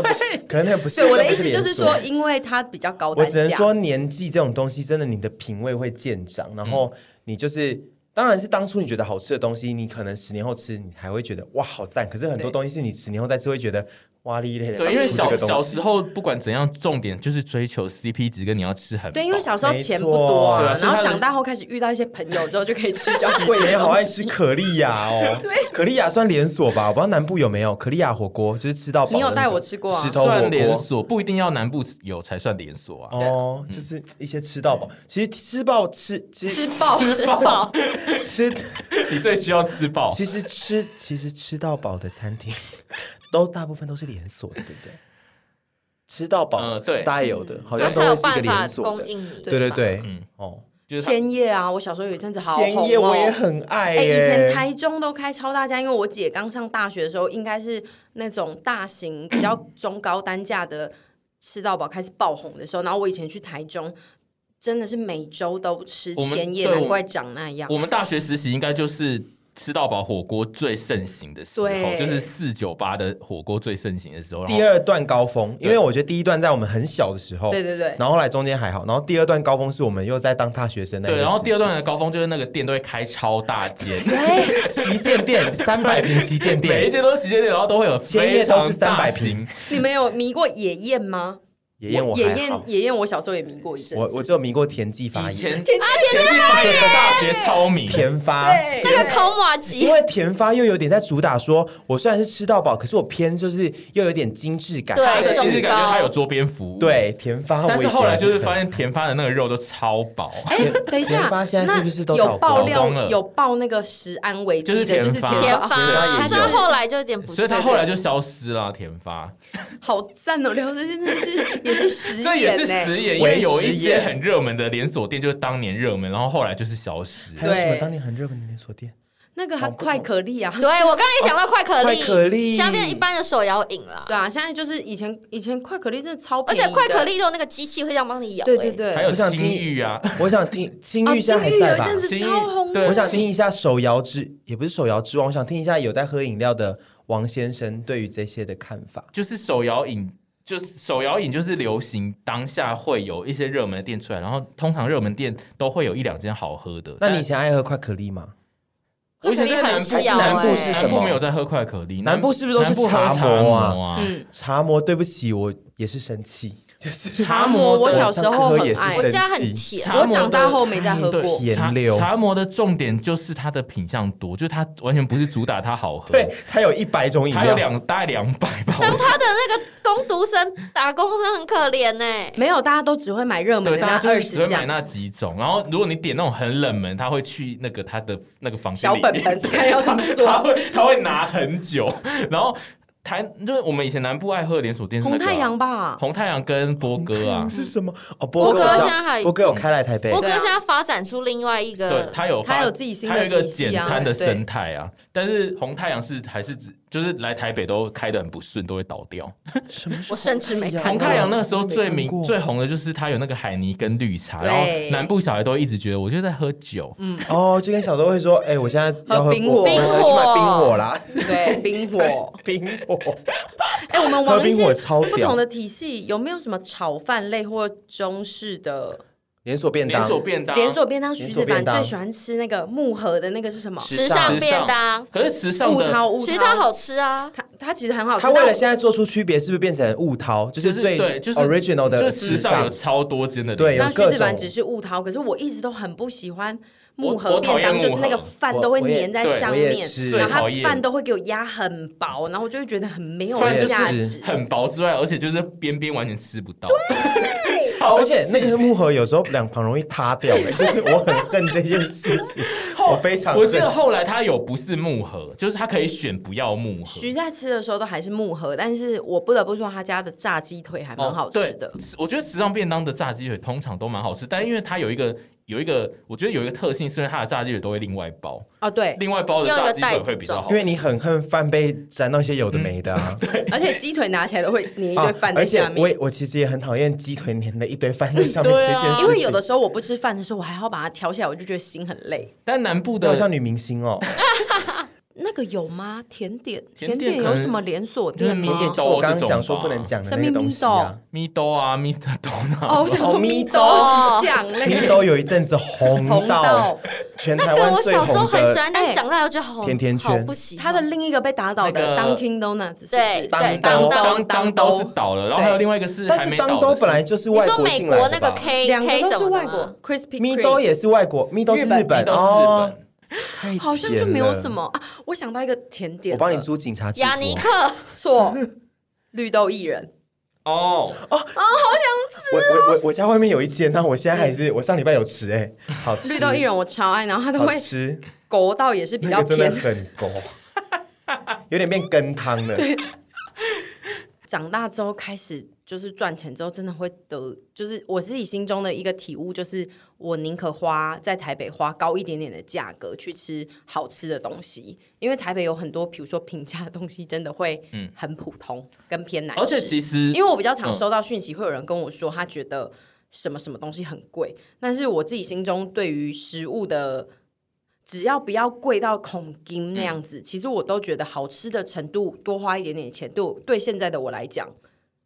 S1: (laughs)
S3: 不是，可能那不是。
S1: 对，我的
S3: 那
S1: 意
S3: 不
S1: 思就是
S3: 连锁
S1: 说，因为它比较高
S3: 我
S1: 单
S3: 只能
S1: 价，
S3: 说年纪这种东西，真的你的品味会见长，
S2: 嗯
S3: 然后你就是。当然是当初你觉得好吃的东西，你可能十年后吃，你还会觉得哇好赞。可是很多
S1: 对
S3: 东西是你十年后再吃会觉得哇哩嘞嘞。
S2: 对，因为
S3: 当初
S2: 小
S3: 这个东
S2: 小
S3: 西
S2: 时候不管怎样，重点就是追求 CP 值，跟你要吃很
S1: 对，因为
S2: 饱
S1: 小时候
S3: 没
S1: 钱
S3: 错
S1: 不多
S2: 对啊
S1: 啊，
S2: 所
S1: 然
S2: 以它
S1: 后
S2: 的
S1: 长大后开始遇到一些朋友之后，就可以
S3: (laughs)
S1: 吃比较贵
S3: 以
S1: 的
S3: 前好
S1: 东
S3: 爱
S1: 西。
S3: 吃
S1: (laughs)
S3: 可丽亚哦，可丽亚算连锁吧？我不知道南部有没有可丽亚火锅，就是吃到饱的
S1: 你
S3: 那
S1: 有
S3: 种。
S1: 带我吃过啊
S3: 石头火
S2: 算连
S3: 锅
S2: 锁，不一定要南部有才算连锁啊。
S3: 哦，就是一些吃到饱。其实吃爆吃其实
S4: 吃爆
S2: 吃
S4: 吃
S2: 爆
S4: 爆，
S3: 吃，
S2: 你最需要吃饱，
S3: 其实吃其实吃到饱的餐厅 (laughs) 都大部分都是连锁的，对不对？吃到饱
S2: 嗯对
S3: style 的，好
S4: 它
S3: 像都
S4: 才有
S3: 会是一个
S4: 办法
S3: 连锁
S4: 供
S3: 的。
S4: 应你。
S3: 对对对，
S2: 嗯
S3: 哦，
S2: 就是它
S1: 千叶啊，我小时候有一阵子好红
S3: 千叶
S1: 哦
S3: 我也很爱
S1: 哎、以
S3: 耶
S1: 前。台中都开超大家，因为我姐刚上大学的时候，应该是那种大型比较中高单价的吃到饱开始爆红的时候，然后我以前去台中，真的是每周都吃
S2: 我们
S1: 千叶，
S2: 对我
S1: 难怪长那样。
S2: 我们大学实习应该就是吃到饱火锅最盛行的时候，
S1: 对
S2: 就是四九八的火锅最盛行的时候。然后
S3: 第二段高峰，因为
S2: 哦对
S3: 我觉得第一段在我们很小的时候，
S1: 对对对，
S3: 然后后来中间还好，然后第二段高峰是我们又在当大学生那一
S2: 对，
S3: 个
S2: 然后第二
S3: 时
S2: 段的高峰就是那个店都会开超大间，
S1: 对，
S3: 期旗
S2: (laughs)
S3: 舰店三百平旗舰
S2: 每一
S3: 店，
S2: 间都是旗舰店，然后都会有
S3: 千叶
S2: 非
S3: 都
S2: 常
S3: 是
S2: 大
S3: 300
S2: 型
S3: 平，
S1: 你们有迷过野燕吗？
S3: 爷爷我
S1: 野
S3: 还
S1: 燕
S3: 好，，
S1: 野燕，我小时候也迷过一阵
S3: 我。我只有迷过田忌发
S2: 以
S3: 言，
S2: 前田忌发言的大学超名，
S3: 田发。
S1: 对
S4: 那个烤马
S3: 因
S4: 吉，
S3: 为田发又有点在主打说，我虽然是吃到饱，可是我偏就是又有点精致感。
S4: 对
S2: 他的其实
S4: 重
S2: 感觉
S4: 高
S2: 他有桌边服务，，
S3: 对，田发。
S2: 但是后来就是发
S3: 现，
S2: 现田发的那个肉都超
S3: (laughs)
S2: 饱，
S1: 哎、等一下
S3: 田，发现在是不是都
S1: 那
S3: 倒
S1: 有爆
S3: 光
S2: 倒光
S1: 料
S2: 了
S1: 有爆那个食安危机
S2: 就
S1: 的，
S2: 是田
S1: 就是
S2: 发
S4: 田
S1: 田
S4: 发
S3: 对
S4: 啊，
S3: 他也
S4: 所以
S3: 有
S4: 后来就有点不，
S2: 所以他后来就消失了。田发
S1: 好赞哦！聊的真的是也是欸食
S3: (laughs)
S2: 这也
S1: 言
S2: 是
S1: 呢、
S2: 食言，因
S3: 为
S2: 为有一
S3: 食
S2: 些
S3: 言
S2: 很热门的连锁店就是当年热门，然后后来就是消失。
S3: 还有哎什么
S1: 对
S3: 当年很热门的连锁店？
S1: 那个还快可丽啊，
S4: 对我刚刚也想到快可丽，
S3: 快可丽
S4: 现在变成一般的手摇饮啦，
S1: 对啊，现在就是以前以前快可丽真的超
S4: 而
S1: 便宜的，
S4: 且快可丽都有那个机器会这样帮你摇，
S1: 对对
S4: 哎，
S1: 对，
S2: 还有
S3: 我想
S2: 金
S3: 听
S2: 玉啊，
S3: 我想听青
S1: 啊
S3: 玉现在还
S1: 金玉
S3: 在
S1: 有一
S3: 吧？
S1: 阵子
S2: 新
S1: 超红
S2: 对
S1: 的，
S3: 我想听一下手摇之，也不是手摇之王，我想听一下有在喝饮料的王先生对于这些的看法。
S2: 就是手摇饮，就是手摇饮就是流行当下会有一些热门的店出来，然后通常热门店都会有一两间好喝的。
S3: 那你以
S2: 但
S3: 前爱喝快可丽吗？
S2: 我以前在南
S4: 很
S2: 部
S4: 小
S3: 还是
S4: 哎，
S1: 欸
S3: 南部是什
S2: 南
S3: 么
S2: 部没有在喝快可丽，
S3: 南部是不是都是
S2: 南部喝
S3: 茶
S2: 茶
S3: 魔啊
S2: 啊？
S1: 嗯，
S3: 茶魔，对不起，我也是生气，就是
S2: 茶
S1: 魔
S2: 魔
S1: 我
S2: 的
S1: 小时候
S3: 我上次喝
S1: 很
S3: 也是
S1: 爱
S4: 我
S3: 生，
S4: 家很
S3: 气
S4: 甜，
S2: 茶
S1: 我
S2: 魔
S1: 长
S2: 的
S1: 大后没再喝
S2: 对
S1: 过，
S3: 甜
S2: 茶
S3: 流
S2: 茶魔的重点就是它的品相多，就是它完全不是主打它好喝，
S3: 对，它有一百种饮
S2: 它有
S3: 料，
S2: 两大概两百吧。
S4: 但
S2: 我
S4: 他的那个工读生、打工生很可怜呢。
S1: 没有，大家都只会买热门
S2: 对，
S1: 的
S2: 大家
S1: 那
S2: 就
S1: 二
S2: 是只会
S1: 十
S2: 买
S1: 项
S2: 那几种，然后如果你点那种很冷门，他会去那个他的那个房间
S1: 小
S2: 里
S1: 本
S2: 面
S1: 本，看要怎么
S2: (laughs)
S3: (laughs)
S2: 他
S1: 做。
S2: 会他会拿很久，然后台就是我们以前南部爱喝的连锁店是、那
S1: 红
S2: 个啊
S1: 太阳吧，
S2: 红太阳跟波哥啊，
S3: 是什么？哦，波
S4: 波
S3: 哥
S4: 哥
S3: 我知道
S4: 现在还
S3: 波哥有开来台北
S4: 波，哥
S1: 对啊
S4: 现在发展出另外一
S2: 对
S4: 个，
S2: 他有发
S1: 他有自己新的
S2: 他有一个
S1: 体系
S2: 简
S1: 啊
S2: 餐的
S1: 对
S2: 生态啊，但是红太阳是还是只就是来台北都开的很不顺，都会倒掉。
S3: 什么是
S4: 我甚至没看过
S2: 红太阳那个时候最
S3: 没看
S2: 名
S3: 过
S2: 最红的就是他有那个海泥跟绿茶，
S1: 对嗯
S2: 然后南部小孩都一直觉得我就在喝酒，
S3: 哦，就跟小时候会说，哎，我现在要
S1: 喝
S3: 喝
S1: 冰火
S3: 我要去买冰火啦，
S1: (laughs) 对，冰火。
S3: (laughs) 冰火，
S1: 哎，我们玩
S3: 喝
S1: 了一
S3: 冰
S1: 些
S3: 火超
S1: 不同
S3: 屌，
S1: 的体系，有没有什么炒饭类或中式的
S3: 连锁便
S2: 连
S3: 当
S2: 锁，便当，
S1: 连锁便当？徐
S3: 啊连
S1: 子
S3: 锁
S1: 凡
S3: 便当
S1: 最喜欢吃那个木盒的那个是什么？
S4: 时尚便当，
S2: 可是时尚
S1: 雾
S2: 的。
S1: 涛，雾
S4: 其实它
S1: 涛
S4: 好吃啊，
S1: 它它其实很好吃。
S3: 他为
S1: 但
S3: 了
S1: 我
S3: 现在做出区别，是不是变成雾涛，就是
S2: 就是
S3: 最
S2: 对就是
S3: original
S2: 就
S3: 的
S2: 时
S3: 时
S2: 尚有
S3: 尚？
S2: 超多间的
S3: 对
S2: 店
S1: 那
S3: 各
S1: 徐子凡
S3: 种
S1: 只是雾涛，可是我一直都很不喜欢
S2: 我
S1: 木
S2: 我
S1: 盒
S2: 讨
S1: 便
S2: 厌
S1: 当，就
S2: 木
S1: 是那个
S2: 盒
S1: 饭
S3: 我
S1: 都会
S3: 我也
S1: 粘在
S2: 对
S1: 上
S3: 我也
S1: 面
S3: 是，
S1: 然后
S2: 最讨厌
S1: 它饭都会给我压很薄，然后我就会觉得很没有
S2: 饭
S3: 就是
S1: 价值。
S2: 很薄之外，而且就是边边完全吃不到，
S3: 而且那个木盒有时候两旁容易塌掉，哎 (laughs) 就是我很恨这件事
S2: (laughs)
S3: 情，我非常
S2: 我记得
S3: 恨。
S2: 后来他有不是木盒，就是他可以选不要木盒。
S1: 徐在吃的时候都还是木盒，但是我不得不说他家的炸鸡腿还蛮好吃的
S2: 哦。对我觉得时尚便当的炸鸡腿通常都蛮好吃，但因为它有一个有一个，我觉得有一个特性，虽然它的炸鸡腿都会另外包，
S1: 哦对，
S2: 另外包的
S4: 用一个
S2: 炸鸡腿
S4: 袋
S2: 会
S4: 子
S2: 比较好
S4: 装
S3: 因。为你很恨饭被沾到一些有的没的啊。
S2: 嗯
S1: 而且鸡腿拿起来都会粘 (laughs) 一
S3: 啊
S1: 堆饭在
S3: 而且
S1: 下面。
S3: 我也我其实也很讨厌鸡腿粘了一堆饭在上面
S2: 对
S3: 这
S2: 啊
S3: 件事情，
S1: 因为有的时候我不吃饭的时候，我还要把它挑下来，我就觉得心很累。
S2: 但南部
S3: 你好像
S2: 的
S3: 女明星
S2: (laughs)
S3: 哦，
S1: 那个有吗？甜点，
S2: 甜点
S1: 点
S2: 可能
S1: 有什么连锁
S2: 就是
S1: 店吗？
S2: 甜点
S3: 就是我刚刚讲说不能讲的那个东西啊。
S2: 米豆啊，Mr. (laughs)
S1: (laughs)
S2: Donut，
S1: 哦，我想说
S3: 哦
S1: 咪
S3: 咪
S1: 豆
S4: 豆
S1: 是像嘞，
S3: 哦米豆有一阵子红
S1: 红
S3: 到
S1: 豆，
S3: 全台
S4: 那个
S3: 湾
S4: 我
S3: 最
S4: 小时
S3: 红
S4: 候很喜
S3: 的
S4: 欢，
S1: 哎
S4: 但长大后就好
S3: 甜甜圈
S4: 好不喜欢
S1: 它的另一个被打倒
S2: 那
S1: 的
S2: 个
S1: Dunkin Donuts 是不是
S4: 对对
S3: 当
S4: 当
S3: 当
S2: 当
S4: 当
S2: 当都是倒了，然后还有另外一个是
S3: 但
S2: 还
S3: 是
S2: 没
S3: 当
S2: 倒
S3: 都
S2: 的，
S3: 本来就是
S4: 你
S3: 外
S4: 说
S3: 国
S4: 美
S3: 进来
S4: 国
S3: 的
S4: 那个
S2: 吧
S4: K
S1: 两个
S4: K
S1: 都
S4: 什
S1: 是
S4: 么
S1: 外
S4: 的
S1: 国
S4: 吗？
S1: ，Crispy
S3: 米豆
S1: Kreme
S3: 也是外国，米豆是
S1: 日本
S3: 日本
S2: 米豆是日本，
S3: 哦太甜了
S1: 好像就没有什。么啊。我想到一个甜点了，
S3: 我帮你租警察制服
S4: 雅尼克
S3: (laughs)
S1: 错，绿豆薏仁。
S2: 哦，
S3: 我我我我家外面有一间，那我现在还是我上礼拜有吃哎，好吃
S1: 绿豆薏仁我超爱，然后它都
S3: 好
S1: 会
S3: 吃，
S1: 勾到也是比较
S3: 那个真的
S1: 偏。
S3: 很勾，有点变羹汤了。
S1: 长大之后开始就是赚钱之后，真的会得，就是我自己心中的一个体悟，就是我宁可花在台北花高一点点的价格去吃好吃的东西，因为台北有很多，比如说平价的东西，真的会
S2: 嗯
S1: 很普通跟偏难吃。
S2: 而且其
S3: 哎
S2: 实
S1: 因为我比较常
S2: 嗯
S1: 收到讯息，会有人跟我说他觉得什么什么东西很贵，但是我自己心中对于食物的。只要不要贵到恐惊那
S2: 嗯
S1: 样子，其实我都觉得好吃的程度多花一点点钱，对我对现在的我来讲，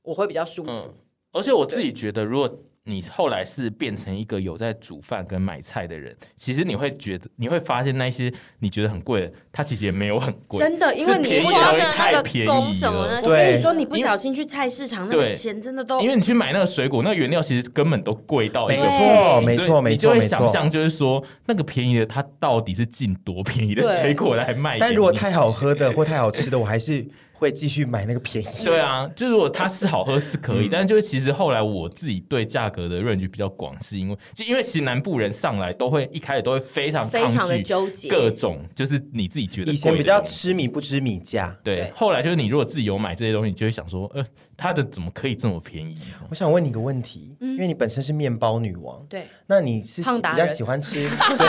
S1: 我会比较舒服。
S2: 嗯，而且我自己觉得，如果你后来是变成一个有在煮饭跟买菜的人，其实你会觉得，你会发现那些你觉得很贵的，它其实也没有很贵，
S1: 真的因为
S2: 是
S1: 你
S2: 便宜啊
S1: 不
S2: 才会
S4: 花的那
S2: 太
S4: 个
S2: 便
S4: 工
S2: 宜
S4: 什么
S2: 了。
S4: 那
S1: 我
S4: 些，
S1: 跟
S3: 对
S1: 你说，你不小心去菜市场，那
S2: 对
S1: 个钱真的都
S2: 因为你去买那个水果，那个原料其实根本都贵到一个
S3: 没
S2: 不
S1: 错
S2: 行
S3: 没
S2: 所以
S3: 错没
S2: 你就
S3: 错
S2: 会
S3: 没
S2: 想
S3: 错
S2: 象就是说那个便宜的，它到底是进多便宜的
S1: 对
S2: 水果来卖给你？
S3: 但如果太好喝的或太好吃的，我还是会继续买那个便宜。
S2: 对啊，就如果它是好喝是可以，
S3: 嗯
S2: 但是就是其实后来我自己对价格的认知比较广，是因为就因为其实南部人上来都会一开始都会非常
S1: 非常
S2: 抗
S1: 的
S2: 拒
S1: 纠结。
S2: 各种就是你自己觉得
S3: 以前
S2: 贵
S3: 比
S2: 的
S3: 较
S2: 东西
S3: 吃米不知米价。
S2: 对
S1: 对，
S2: 后来就是你如果自己有买这些东西，你就会想说，呃，它的怎么可以这么便宜？
S3: 我想问你一个问题，因为你本身是面包女王，
S1: 对，
S3: 那你是喜
S1: 嗯胖达
S3: 比
S1: 人
S3: 较喜欢吃？
S1: (laughs)
S3: 对，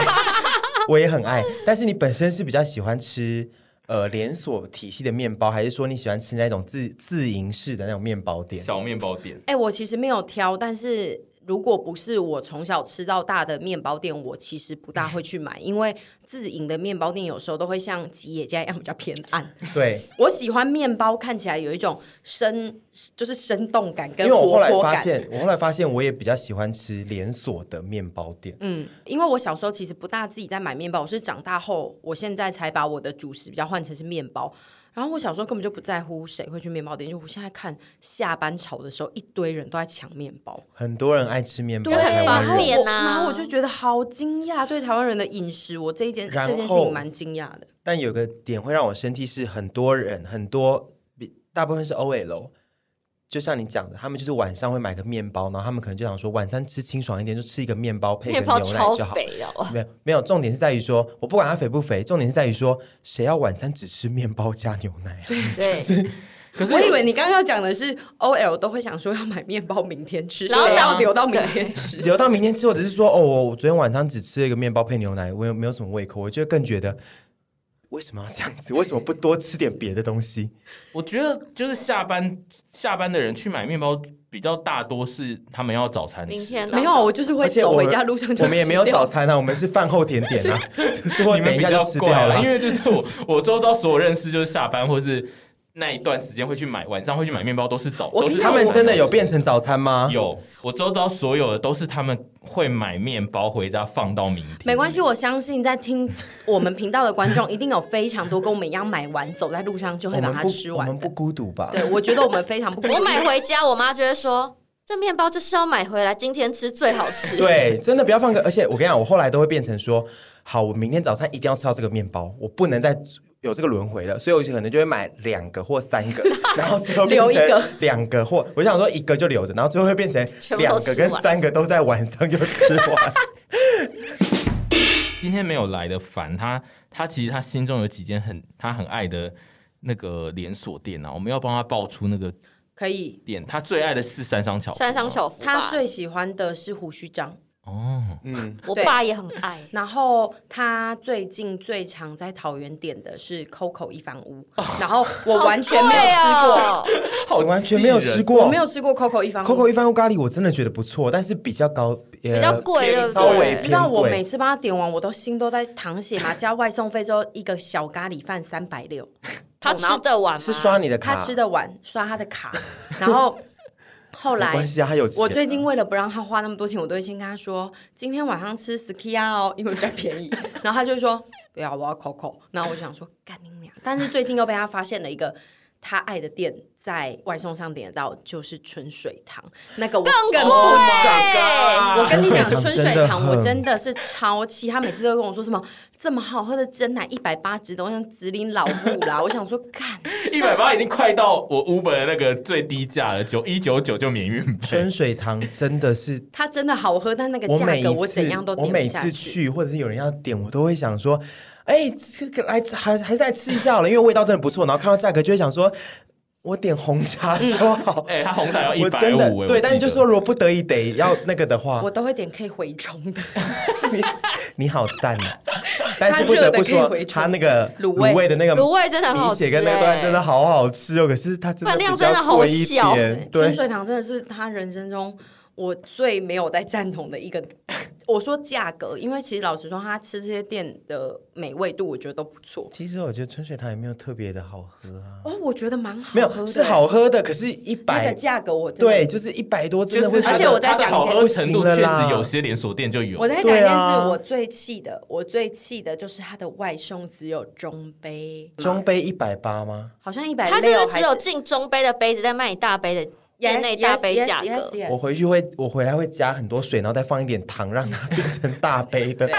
S3: 我也很爱，但是你本身是比较喜欢吃呃连锁体系的面包，还是说你喜欢吃那种自自营式的那种面包店？
S2: 小面包店，
S1: 哎、我其实没有挑，但是如果不是我从小吃到大的面包店，我其实不大会去买，因为自营的面包店有时候都会像吉野家一样比较偏暗。
S3: 对，
S1: 我喜欢面包看起来有一种生，就是生动感
S3: 因
S1: 跟
S3: 为我
S1: 活
S3: 后来
S1: 泼
S3: 发
S1: 感。
S3: 现，我后来发现我也比较喜欢吃连锁的面包店。
S1: 嗯，因为我小时候其实不大自己在买面包，我是长大后，我现在才把我的主食比较换成是面包。然后我小时候根本就不在乎谁会去面包店，就我现在看下班潮的时候，一堆人都在抢面包。
S3: 很多人爱吃面包，
S4: 对
S3: 台湾
S1: 哎然后
S3: 人
S4: 方便
S1: 我
S4: 啊
S1: 然后我就觉得好惊讶，对台湾人的饮食，我这一件
S3: 然
S1: 这
S3: 后
S1: 件事情蛮惊讶的。
S3: 但有个点会让我生气，是很多人很多比大部分是 OL，就像你讲的，他们就是晚上会买个面包，然后他们可能就想说晚餐吃清爽一点，就吃一个面包配个
S4: 面
S3: 牛
S4: 包
S3: 奶
S4: 超
S3: 就好。
S4: 肥的哦，
S3: 没有没有，重点是在于说，我不管它肥不肥，重点是在于说，谁要晚餐只吃面包加牛奶啊？ (laughs)
S4: 对，
S2: 可是
S1: 我以为你刚刚讲的是 OL 都会想说要买面包明天吃，
S4: 然后
S1: 谁要
S4: 当
S1: 留到明天吃。
S3: 留到明天吃，或者是说，哦，我我昨天晚上只吃了一个面包配牛奶，我也没有什么胃口，我就更觉得为什么要这样子？为什么不多吃点别的东西？
S2: 我觉得就是下班下班的人去买面包比较大多是他们要早餐吃的
S4: 明天
S1: 没有，啊我就是会
S3: 而且
S1: 走
S3: 我
S1: 回
S3: 们
S1: 家路上就
S3: 我们也没有
S1: 吃掉
S3: 早餐啊，我们是饭后甜
S1: (laughs)
S3: 点啊，就是我
S2: 你们
S3: 等一
S2: 比
S3: 下就
S2: 较
S3: 吃
S2: 怪
S3: 掉
S2: 了，因
S3: 了。
S2: 为就是我我周遭所有认识就是下班或是那一段时间会去买，晚上会去买面包都是早，
S1: 我
S2: 都
S1: 跟
S2: 是
S1: 你
S3: 他
S2: 早
S3: 们
S2: 餐
S3: 真的
S2: 吃
S3: 有变成早餐吗？
S2: 有，我周遭所有的都是他们会买面包回家放到明天。
S1: 没关系，我相信在听我们频道的观众，一定有非常多跟我们一样买完走在路上就
S3: 我
S1: 会把
S3: 们
S1: 它
S3: 不
S1: 吃
S3: 我
S1: 完
S3: 们不
S1: 的。
S3: 孤独吧？
S1: 对，我觉得我们非常不孤
S4: 我
S1: 单
S4: 买回家，我妈就会说，这面包就是要买回来今天吃最好
S3: (laughs)
S4: 吃。(laughs)
S3: 对，真的不要放个。而且我跟你讲，我后来都会变成说，好，我明天早餐一定要吃到这个面包，我不能再有这个轮回了。所以我就可能就会买两个或三
S1: (laughs)
S3: 个，然后最后变
S1: 留一个
S3: 成两个或我想说一个就留着，然后最后会变成
S4: 全部
S3: 两
S4: 都
S3: 个
S4: 吃
S3: 跟
S4: 完
S3: 三个都在晚上就
S1: (laughs)
S3: 吃完。
S2: 今天没有来的烦他，他其实他心中有几间很他很爱的那个连锁店啊，我们要帮他爆出那个
S1: 可以。
S2: 店，他最爱的是三商巧福。
S4: 三商巧福吧，
S1: 他最喜欢的是胡须章，
S2: 哦，
S3: 嗯，
S4: 我
S1: 对，
S4: 爸也很爱
S1: 然后他最近最常在桃园点的是 Coco 一房屋，
S3: 哦
S1: 然后我完全没有吃过，
S4: 好贵哦
S2: 好
S3: 我完全没有
S2: 气人 (laughs)
S3: 吃过，
S1: 我没有吃过 Coco 一房屋。
S3: Coco 一番肉咖喱，我真的觉得不错，但是比较高，呃
S4: 比较贵，对不
S3: 稍微
S1: 对，你？
S4: 对
S1: 知道
S3: 偏
S1: 我
S3: 贵
S1: 每次帮他点完，我都心都在淌血嘛。加外送费之后，一个小咖喱饭三百
S3: (laughs)
S1: 六，
S4: 他吃得完吗？
S3: 是刷你的
S1: 他
S3: 卡，
S1: 吃的完刷他的卡，然后后
S3: (laughs) 没
S1: 来
S3: 关系啊，他有钱。
S1: 我最近为了不让他花那么多钱，我都会先跟他说今天晚上吃 Skia 哦，因为比较便宜。 (laughs) 然后他就会说不要，我要 Coco。然后我就想说干你娘！但是最近又被他发现了一个。他爱的店在外送上点得到就是春水堂，那个我更不爽。
S2: God
S1: 我跟你讲，春
S3: 春水
S1: 水
S3: 堂真的
S1: 堂我
S3: 很
S1: 真的是超气，他每次都会跟我说什么这么好喝的真奶一百八十都像直领老母啦。我想说，干
S2: 一百八已经快到我 Uber 的那个最低价了，九一九九就免运 (laughs) 费。
S3: 春水堂真的是
S1: 它真的好喝，但那个
S3: 我
S1: 价
S3: 每一
S1: 格
S3: 次
S1: 我怎样都
S3: 我
S1: 点不
S3: 每
S1: 下
S3: 次去或者是有人要点，我都会想说，哎，这个来还还是来吃一下好了，因为味道真的不错。然后看到价格就会想说，我点红茶说好，
S2: (laughs) 哎、他红茶要一
S3: 我
S2: 百
S3: 真的
S2: 五，哎欸我
S3: 对，
S2: 记得
S3: 但是就说如果不得已得要那个的话
S1: 我，都会点可以回冲的。
S3: 你你好赞
S1: (laughs)
S3: 啊！但是不得
S1: 热的
S3: 不
S1: 可以
S3: 说
S1: 回，冲
S3: 他那个
S1: 卤味
S3: 卤味的那个
S4: 卤味真的很
S3: 米
S4: 好
S3: 血
S4: 吃、欸，
S3: 跟那个段真的好好吃哦，可是它真的
S4: 饭量
S3: 比较
S4: 真的好
S3: 贵一
S4: 小欸
S3: 点
S1: 春
S3: 对，
S1: 水堂真的是他人生中我最没有在赞同的一个。 (laughs) 我说价格，因为其实老实说，他吃这些店的美味度，我觉得都不错。
S3: 其实我觉得春水堂也没有特别的好喝啊，
S1: 哦，我觉得蛮好
S3: 没
S1: 喝的，
S3: 有是好喝的，可是一
S1: 那个
S3: 百
S1: 价格我真的
S3: 对，就是一百多真
S2: 就
S3: 的会
S2: 是
S3: 觉得，
S2: 它的，
S1: 而且我再
S2: 它的
S1: 讲一
S2: 好
S1: 件
S2: 喝程度
S3: 不行了
S2: 确
S3: 啦
S2: 实有些连锁店就有
S1: 我。在讲一
S3: 对
S1: 件
S3: 啊
S1: 事，我最气的，我最气的就是它的外送只有中杯，
S3: 中杯一百八吗？
S1: 好像一百
S4: 它就
S1: 六
S4: 是
S1: 哦还
S4: 只有进中杯的杯子，再卖你大杯的，店
S1: yes,
S4: 内大杯价格。
S1: yes, yes, yes,
S3: 我回去会，我回来会加很多水，然后再放一点糖，让它变成大杯 (laughs) 的，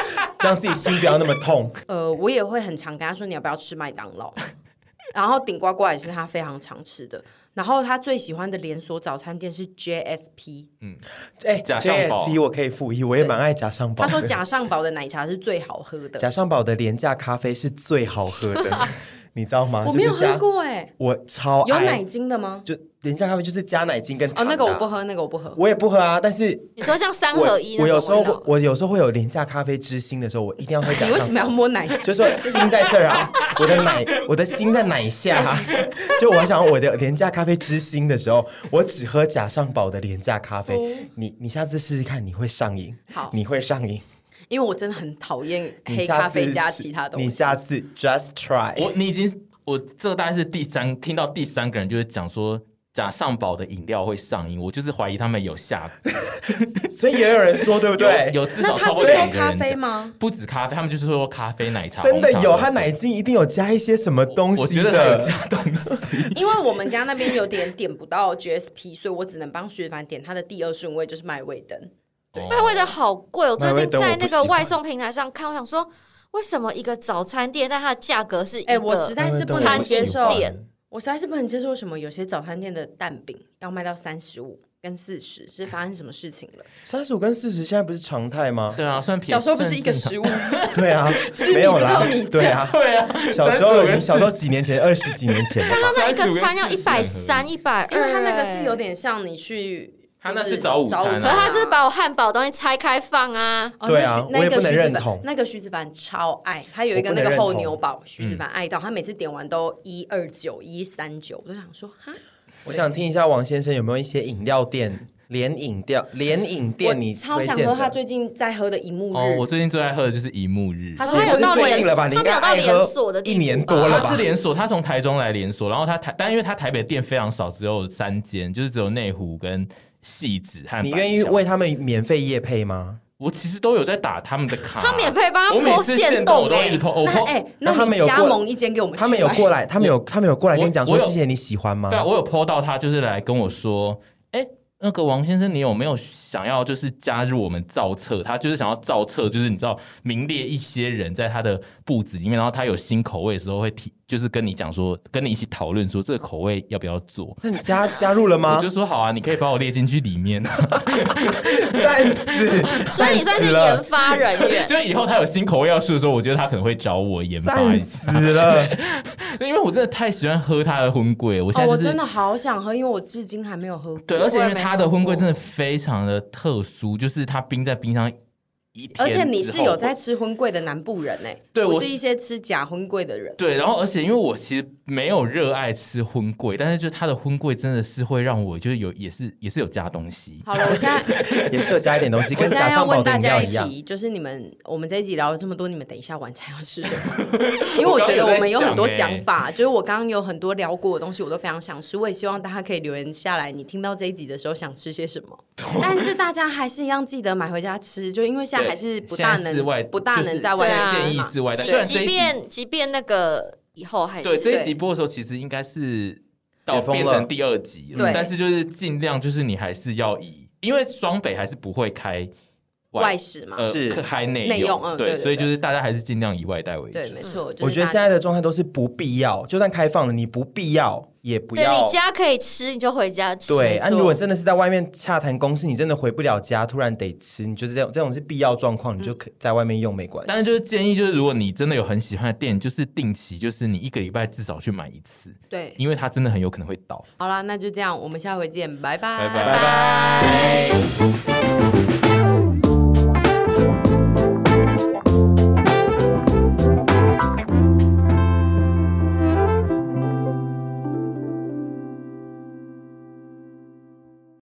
S3: 让自己心不要那么痛。
S1: 呃，我也会很常跟他说你要不要吃麦当劳， (laughs) 然后顶呱呱也是他非常常吃的。然后他最喜欢的连锁早餐店是
S3: (laughs)
S1: JSP，
S3: 哎，
S2: 假上堡
S3: JSP 我可以附议，我也蛮爱假上堡
S1: 他
S3: 的。
S1: 说贾上堡的奶茶是最好喝的，
S3: 假上堡的廉价咖啡是最好喝
S1: (laughs)
S3: 的，你知道吗？
S1: 我没有
S3: 就是加哦
S1: 喝，过哎、
S3: 我超
S1: 有
S3: 爱
S1: 奶精的吗？
S3: 就廉价咖啡就是加奶精跟
S1: 哦，
S3: 糖、
S1: 那个我不，喝，那个我不喝。
S3: 我也不喝啊。但是
S4: 你说像三
S3: 我
S4: 合一
S3: 我
S4: 那
S3: 有时
S4: 种
S3: 候
S4: 味道
S3: 会，我有时候会有廉价咖啡之心的时候，我一定要喝假
S1: (laughs) 你为什
S3: 上
S1: 么
S3: 堡。
S1: 要摸奶？
S3: 就说心在这儿
S1: (laughs)
S3: 啊，我的奶，我的心在奶下、就我想我的廉价咖啡之心的时候，我只喝假上堡的廉价咖啡。
S1: 哦
S3: 你你下次试试看，你会上瘾。
S1: 好
S3: 你会上瘾。
S1: 因为我真的很讨厌
S3: 你
S1: 黑
S3: 下
S1: 咖
S3: 次
S1: 啡加
S3: 试
S1: 其他东西。
S3: 你下次 just try。
S2: 我你已经我这大概是第三听到第三个人就是讲说假上宝的饮料会上瘾，我就是怀疑他们有下
S3: 所以也有人说，对不对？
S2: 有有至
S1: 那
S2: 少
S1: 他
S2: 超
S1: 是
S2: 过两
S1: 说
S2: 个
S1: 咖
S2: 人
S1: 啡
S2: 讲。
S1: 吗？
S2: 不止咖啡，他们就是说咖啡、奶茶，
S3: 真的
S2: 红茶
S3: 有，
S2: 都
S3: 它奶精一定有加一些什么东
S2: 我
S3: 西
S2: 觉得它有
S3: 的。
S2: 加东西。
S1: 因为我们家那边有点点不到 GSP，所以我只能帮徐凡点他的第二顺位，就是麦味登。
S2: 哦
S4: 麦味的好贵，我最
S3: 麦味
S4: 近
S3: 登我
S4: 在
S3: 不
S4: 那
S3: 喜
S4: 个
S3: 欢
S4: 外送平台上看，我想说，为什么一个早餐店，但它的价格是一
S1: 哎、我实
S4: 个
S1: 在是不能
S4: 餐
S1: 接
S4: 饮
S1: 受，
S4: 店
S1: 我实在是不能接受为什么有些早餐店的蛋饼要卖到三十五跟四十，是发生什么事情了？
S3: 三十五跟四十现在不是常态吗？
S2: 对啊，算便宜。
S1: 小时候不是一个
S2: 算
S1: 十
S2: 正常
S1: 五，
S3: (laughs) 对啊，
S1: 米
S3: 没有啦
S1: 不到米，
S3: 对啊。
S2: 对啊，
S3: 小时候，
S2: 35
S3: 你小时候几年前，二十几年前的吧
S4: 刚刚那一
S2: 35
S4: 个
S2: 跟
S4: 餐要一
S2: 40很
S4: 百
S2: 合理
S4: 三、一百二，
S1: 因为他那个是有，点像你去，
S2: 他
S1: 就
S2: 那是早午餐啊
S4: 可是他就是把
S1: 我。
S4: 我汉堡东西拆开放啊，
S1: 哦
S3: 对啊
S1: 那是
S3: 我也不
S1: 那个徐
S3: 能
S1: 子
S3: 认
S1: 凡
S3: 同
S1: 那个徐子凡超爱，他有一个
S3: 我不
S1: 那
S3: 能
S1: 个
S3: 认同嗯
S1: 厚牛堡，徐子凡爱到他每次点完都一二九一三九，我都想说哈，
S3: 我想听一下王先生有没有一些饮料店，连饮料连饮
S1: 我
S3: 店你
S1: 超
S3: 推
S1: 想
S3: 荐
S1: 喝他
S3: 的？
S1: 最近在喝的一幕日，
S2: 哦，我最近最爱喝的就是一木日。
S1: 他
S4: 可
S1: 说
S4: 是
S3: 你
S4: 它有
S3: 不
S4: 到
S3: 是最
S4: 连
S3: 近了吧？你
S4: 它
S3: 应
S4: 没
S3: 该
S4: 有到
S3: 爱
S4: 连
S3: 喝
S4: 锁的地
S3: 一
S4: 步
S3: 年
S4: 吧
S3: 多了
S2: 它
S3: 吧
S2: 是？连锁，它从台中来连锁，然后它台，但因为它台北店非常少，只有三间，就是只有内湖跟戏子和板
S3: 你
S2: 桥
S3: 愿意为他们免费夜配吗？
S2: 我其实都有在打他们的卡，
S4: 他免费帮他
S2: 我每
S4: 剖
S2: 次
S4: 线欸
S2: 动我
S4: 洞
S2: 都一
S4: 哎，
S2: 剖，我
S1: 那
S2: 剖，
S1: 哎、
S3: 那他
S1: 你
S3: 们有
S1: 加
S3: 过
S1: 盟一间给我们去吧，
S3: 他们有过来，他们有他们有过来跟你讲
S2: 我有
S3: 说谢谢你喜欢
S1: 嗯
S3: 吗
S2: 对？啊，我有剖到他，就是来跟我说，哎、那个王先生，你有没有想要就是加入我们造册？他就是想要造册，就是你知道名列一些人在他的步子里面，然后他有新口味的时候会提，就是跟你讲说，跟你一起讨论说这个口味要不要做。
S3: 那你加加入了吗
S2: 我就？说好啊，你可以把我列进去里面。 (laughs)
S3: 战死，
S4: 所以你算是研发人员。
S2: 就以后他有新口味要试的时候，我觉得他可能会找 (laughs) 我研发
S1: (laughs)
S3: 战
S2: 一次，
S3: 死了！
S2: 因为我真的太喜欢喝他的荤桂。我现
S1: 哦，
S2: 在
S1: 我
S2: 就是、
S1: 真的好想喝，因为我至今还没有喝过。
S2: 对，而且因
S4: 我
S2: 为
S4: 也没
S2: 它的
S4: 喝
S2: 荤桂
S4: 过
S2: 真的非常的特殊，就是它冰在冰箱一天之后，
S1: 而且你是有在吃荤贵的南部人哎、
S2: 对
S1: 不
S2: 我
S1: 是一些吃假荤贵的人。
S2: 对，然后而且因为我其实没有热爱吃荤桂，但是就它的荤桂真的是会让我就是有也是也是有加东西。
S1: 好了，我现
S2: (laughs)
S1: 在
S3: 也是有加一点东西，
S1: 我
S3: 跟
S1: 现
S3: 贾
S1: 在要
S3: 尚
S1: 问
S3: 宝的
S1: 大
S3: 饮
S1: 家
S3: 料
S1: 一
S3: 一样。
S1: 题，就是你们我们这一集聊了这么多，你们等一下晚餐要吃什么？
S2: (laughs)
S1: 因为
S2: 我
S1: 我
S2: 刚
S1: 觉得
S2: 刚有
S1: 我
S2: 在
S1: 们有很多
S2: 想
S1: 想
S2: 欸
S1: 法，就是我刚刚有很多聊过的东西，我都非常想吃。我也希望大家可以留言下来，你听到这一集的时候想吃些什么。但是大家还是一样记得买回家吃，就因为现在
S2: 对
S1: 还是不
S2: 现
S1: 大
S2: 在室外
S1: 能不大
S2: 就是
S1: 能在外
S4: 对
S1: 面
S4: 啊
S1: 吃
S2: 建议
S1: 嘛。
S2: 室外带， (laughs) 虽
S4: 对，
S2: 然这
S4: 即
S2: 一集
S4: 便即便那个以后还
S2: 对这
S4: 是
S2: 一集播的时候，其实应该是到
S3: 解封
S2: 变
S3: 了
S2: 成第二集了，
S1: 对
S2: 但是就是尽量就是你还是要以，因为双北还是不会开
S1: 外食嘛，
S2: 呃
S3: 是
S2: 开内
S1: 内用嗯对
S2: 对，
S1: 对
S2: 所以
S1: 对
S2: 就是大家还是尽量以外带为主。
S1: 对，没错。就是
S3: 我觉得
S1: 大
S3: 现
S1: 家
S3: 在的状态都是不必要，就算开放了，你不必要也不
S4: 对
S3: 要
S4: 你。家可以吃，你就回家吃。
S3: 对，啊，
S1: 没错
S3: 如果真的是在外面洽谈公事，你真的回不了家，突然得吃，你就是这种这种是必要状况，你就可在外面用没关系。
S2: 但是就是建议，就是如果你真的有很喜欢的店，就是定期，就是你一个礼拜至少去买一次，
S1: 对，
S2: 因为它真的很有可能会倒。
S1: 好啦，那就这样，我们下回见，拜拜，
S2: 拜拜
S3: 拜拜。
S4: 拜。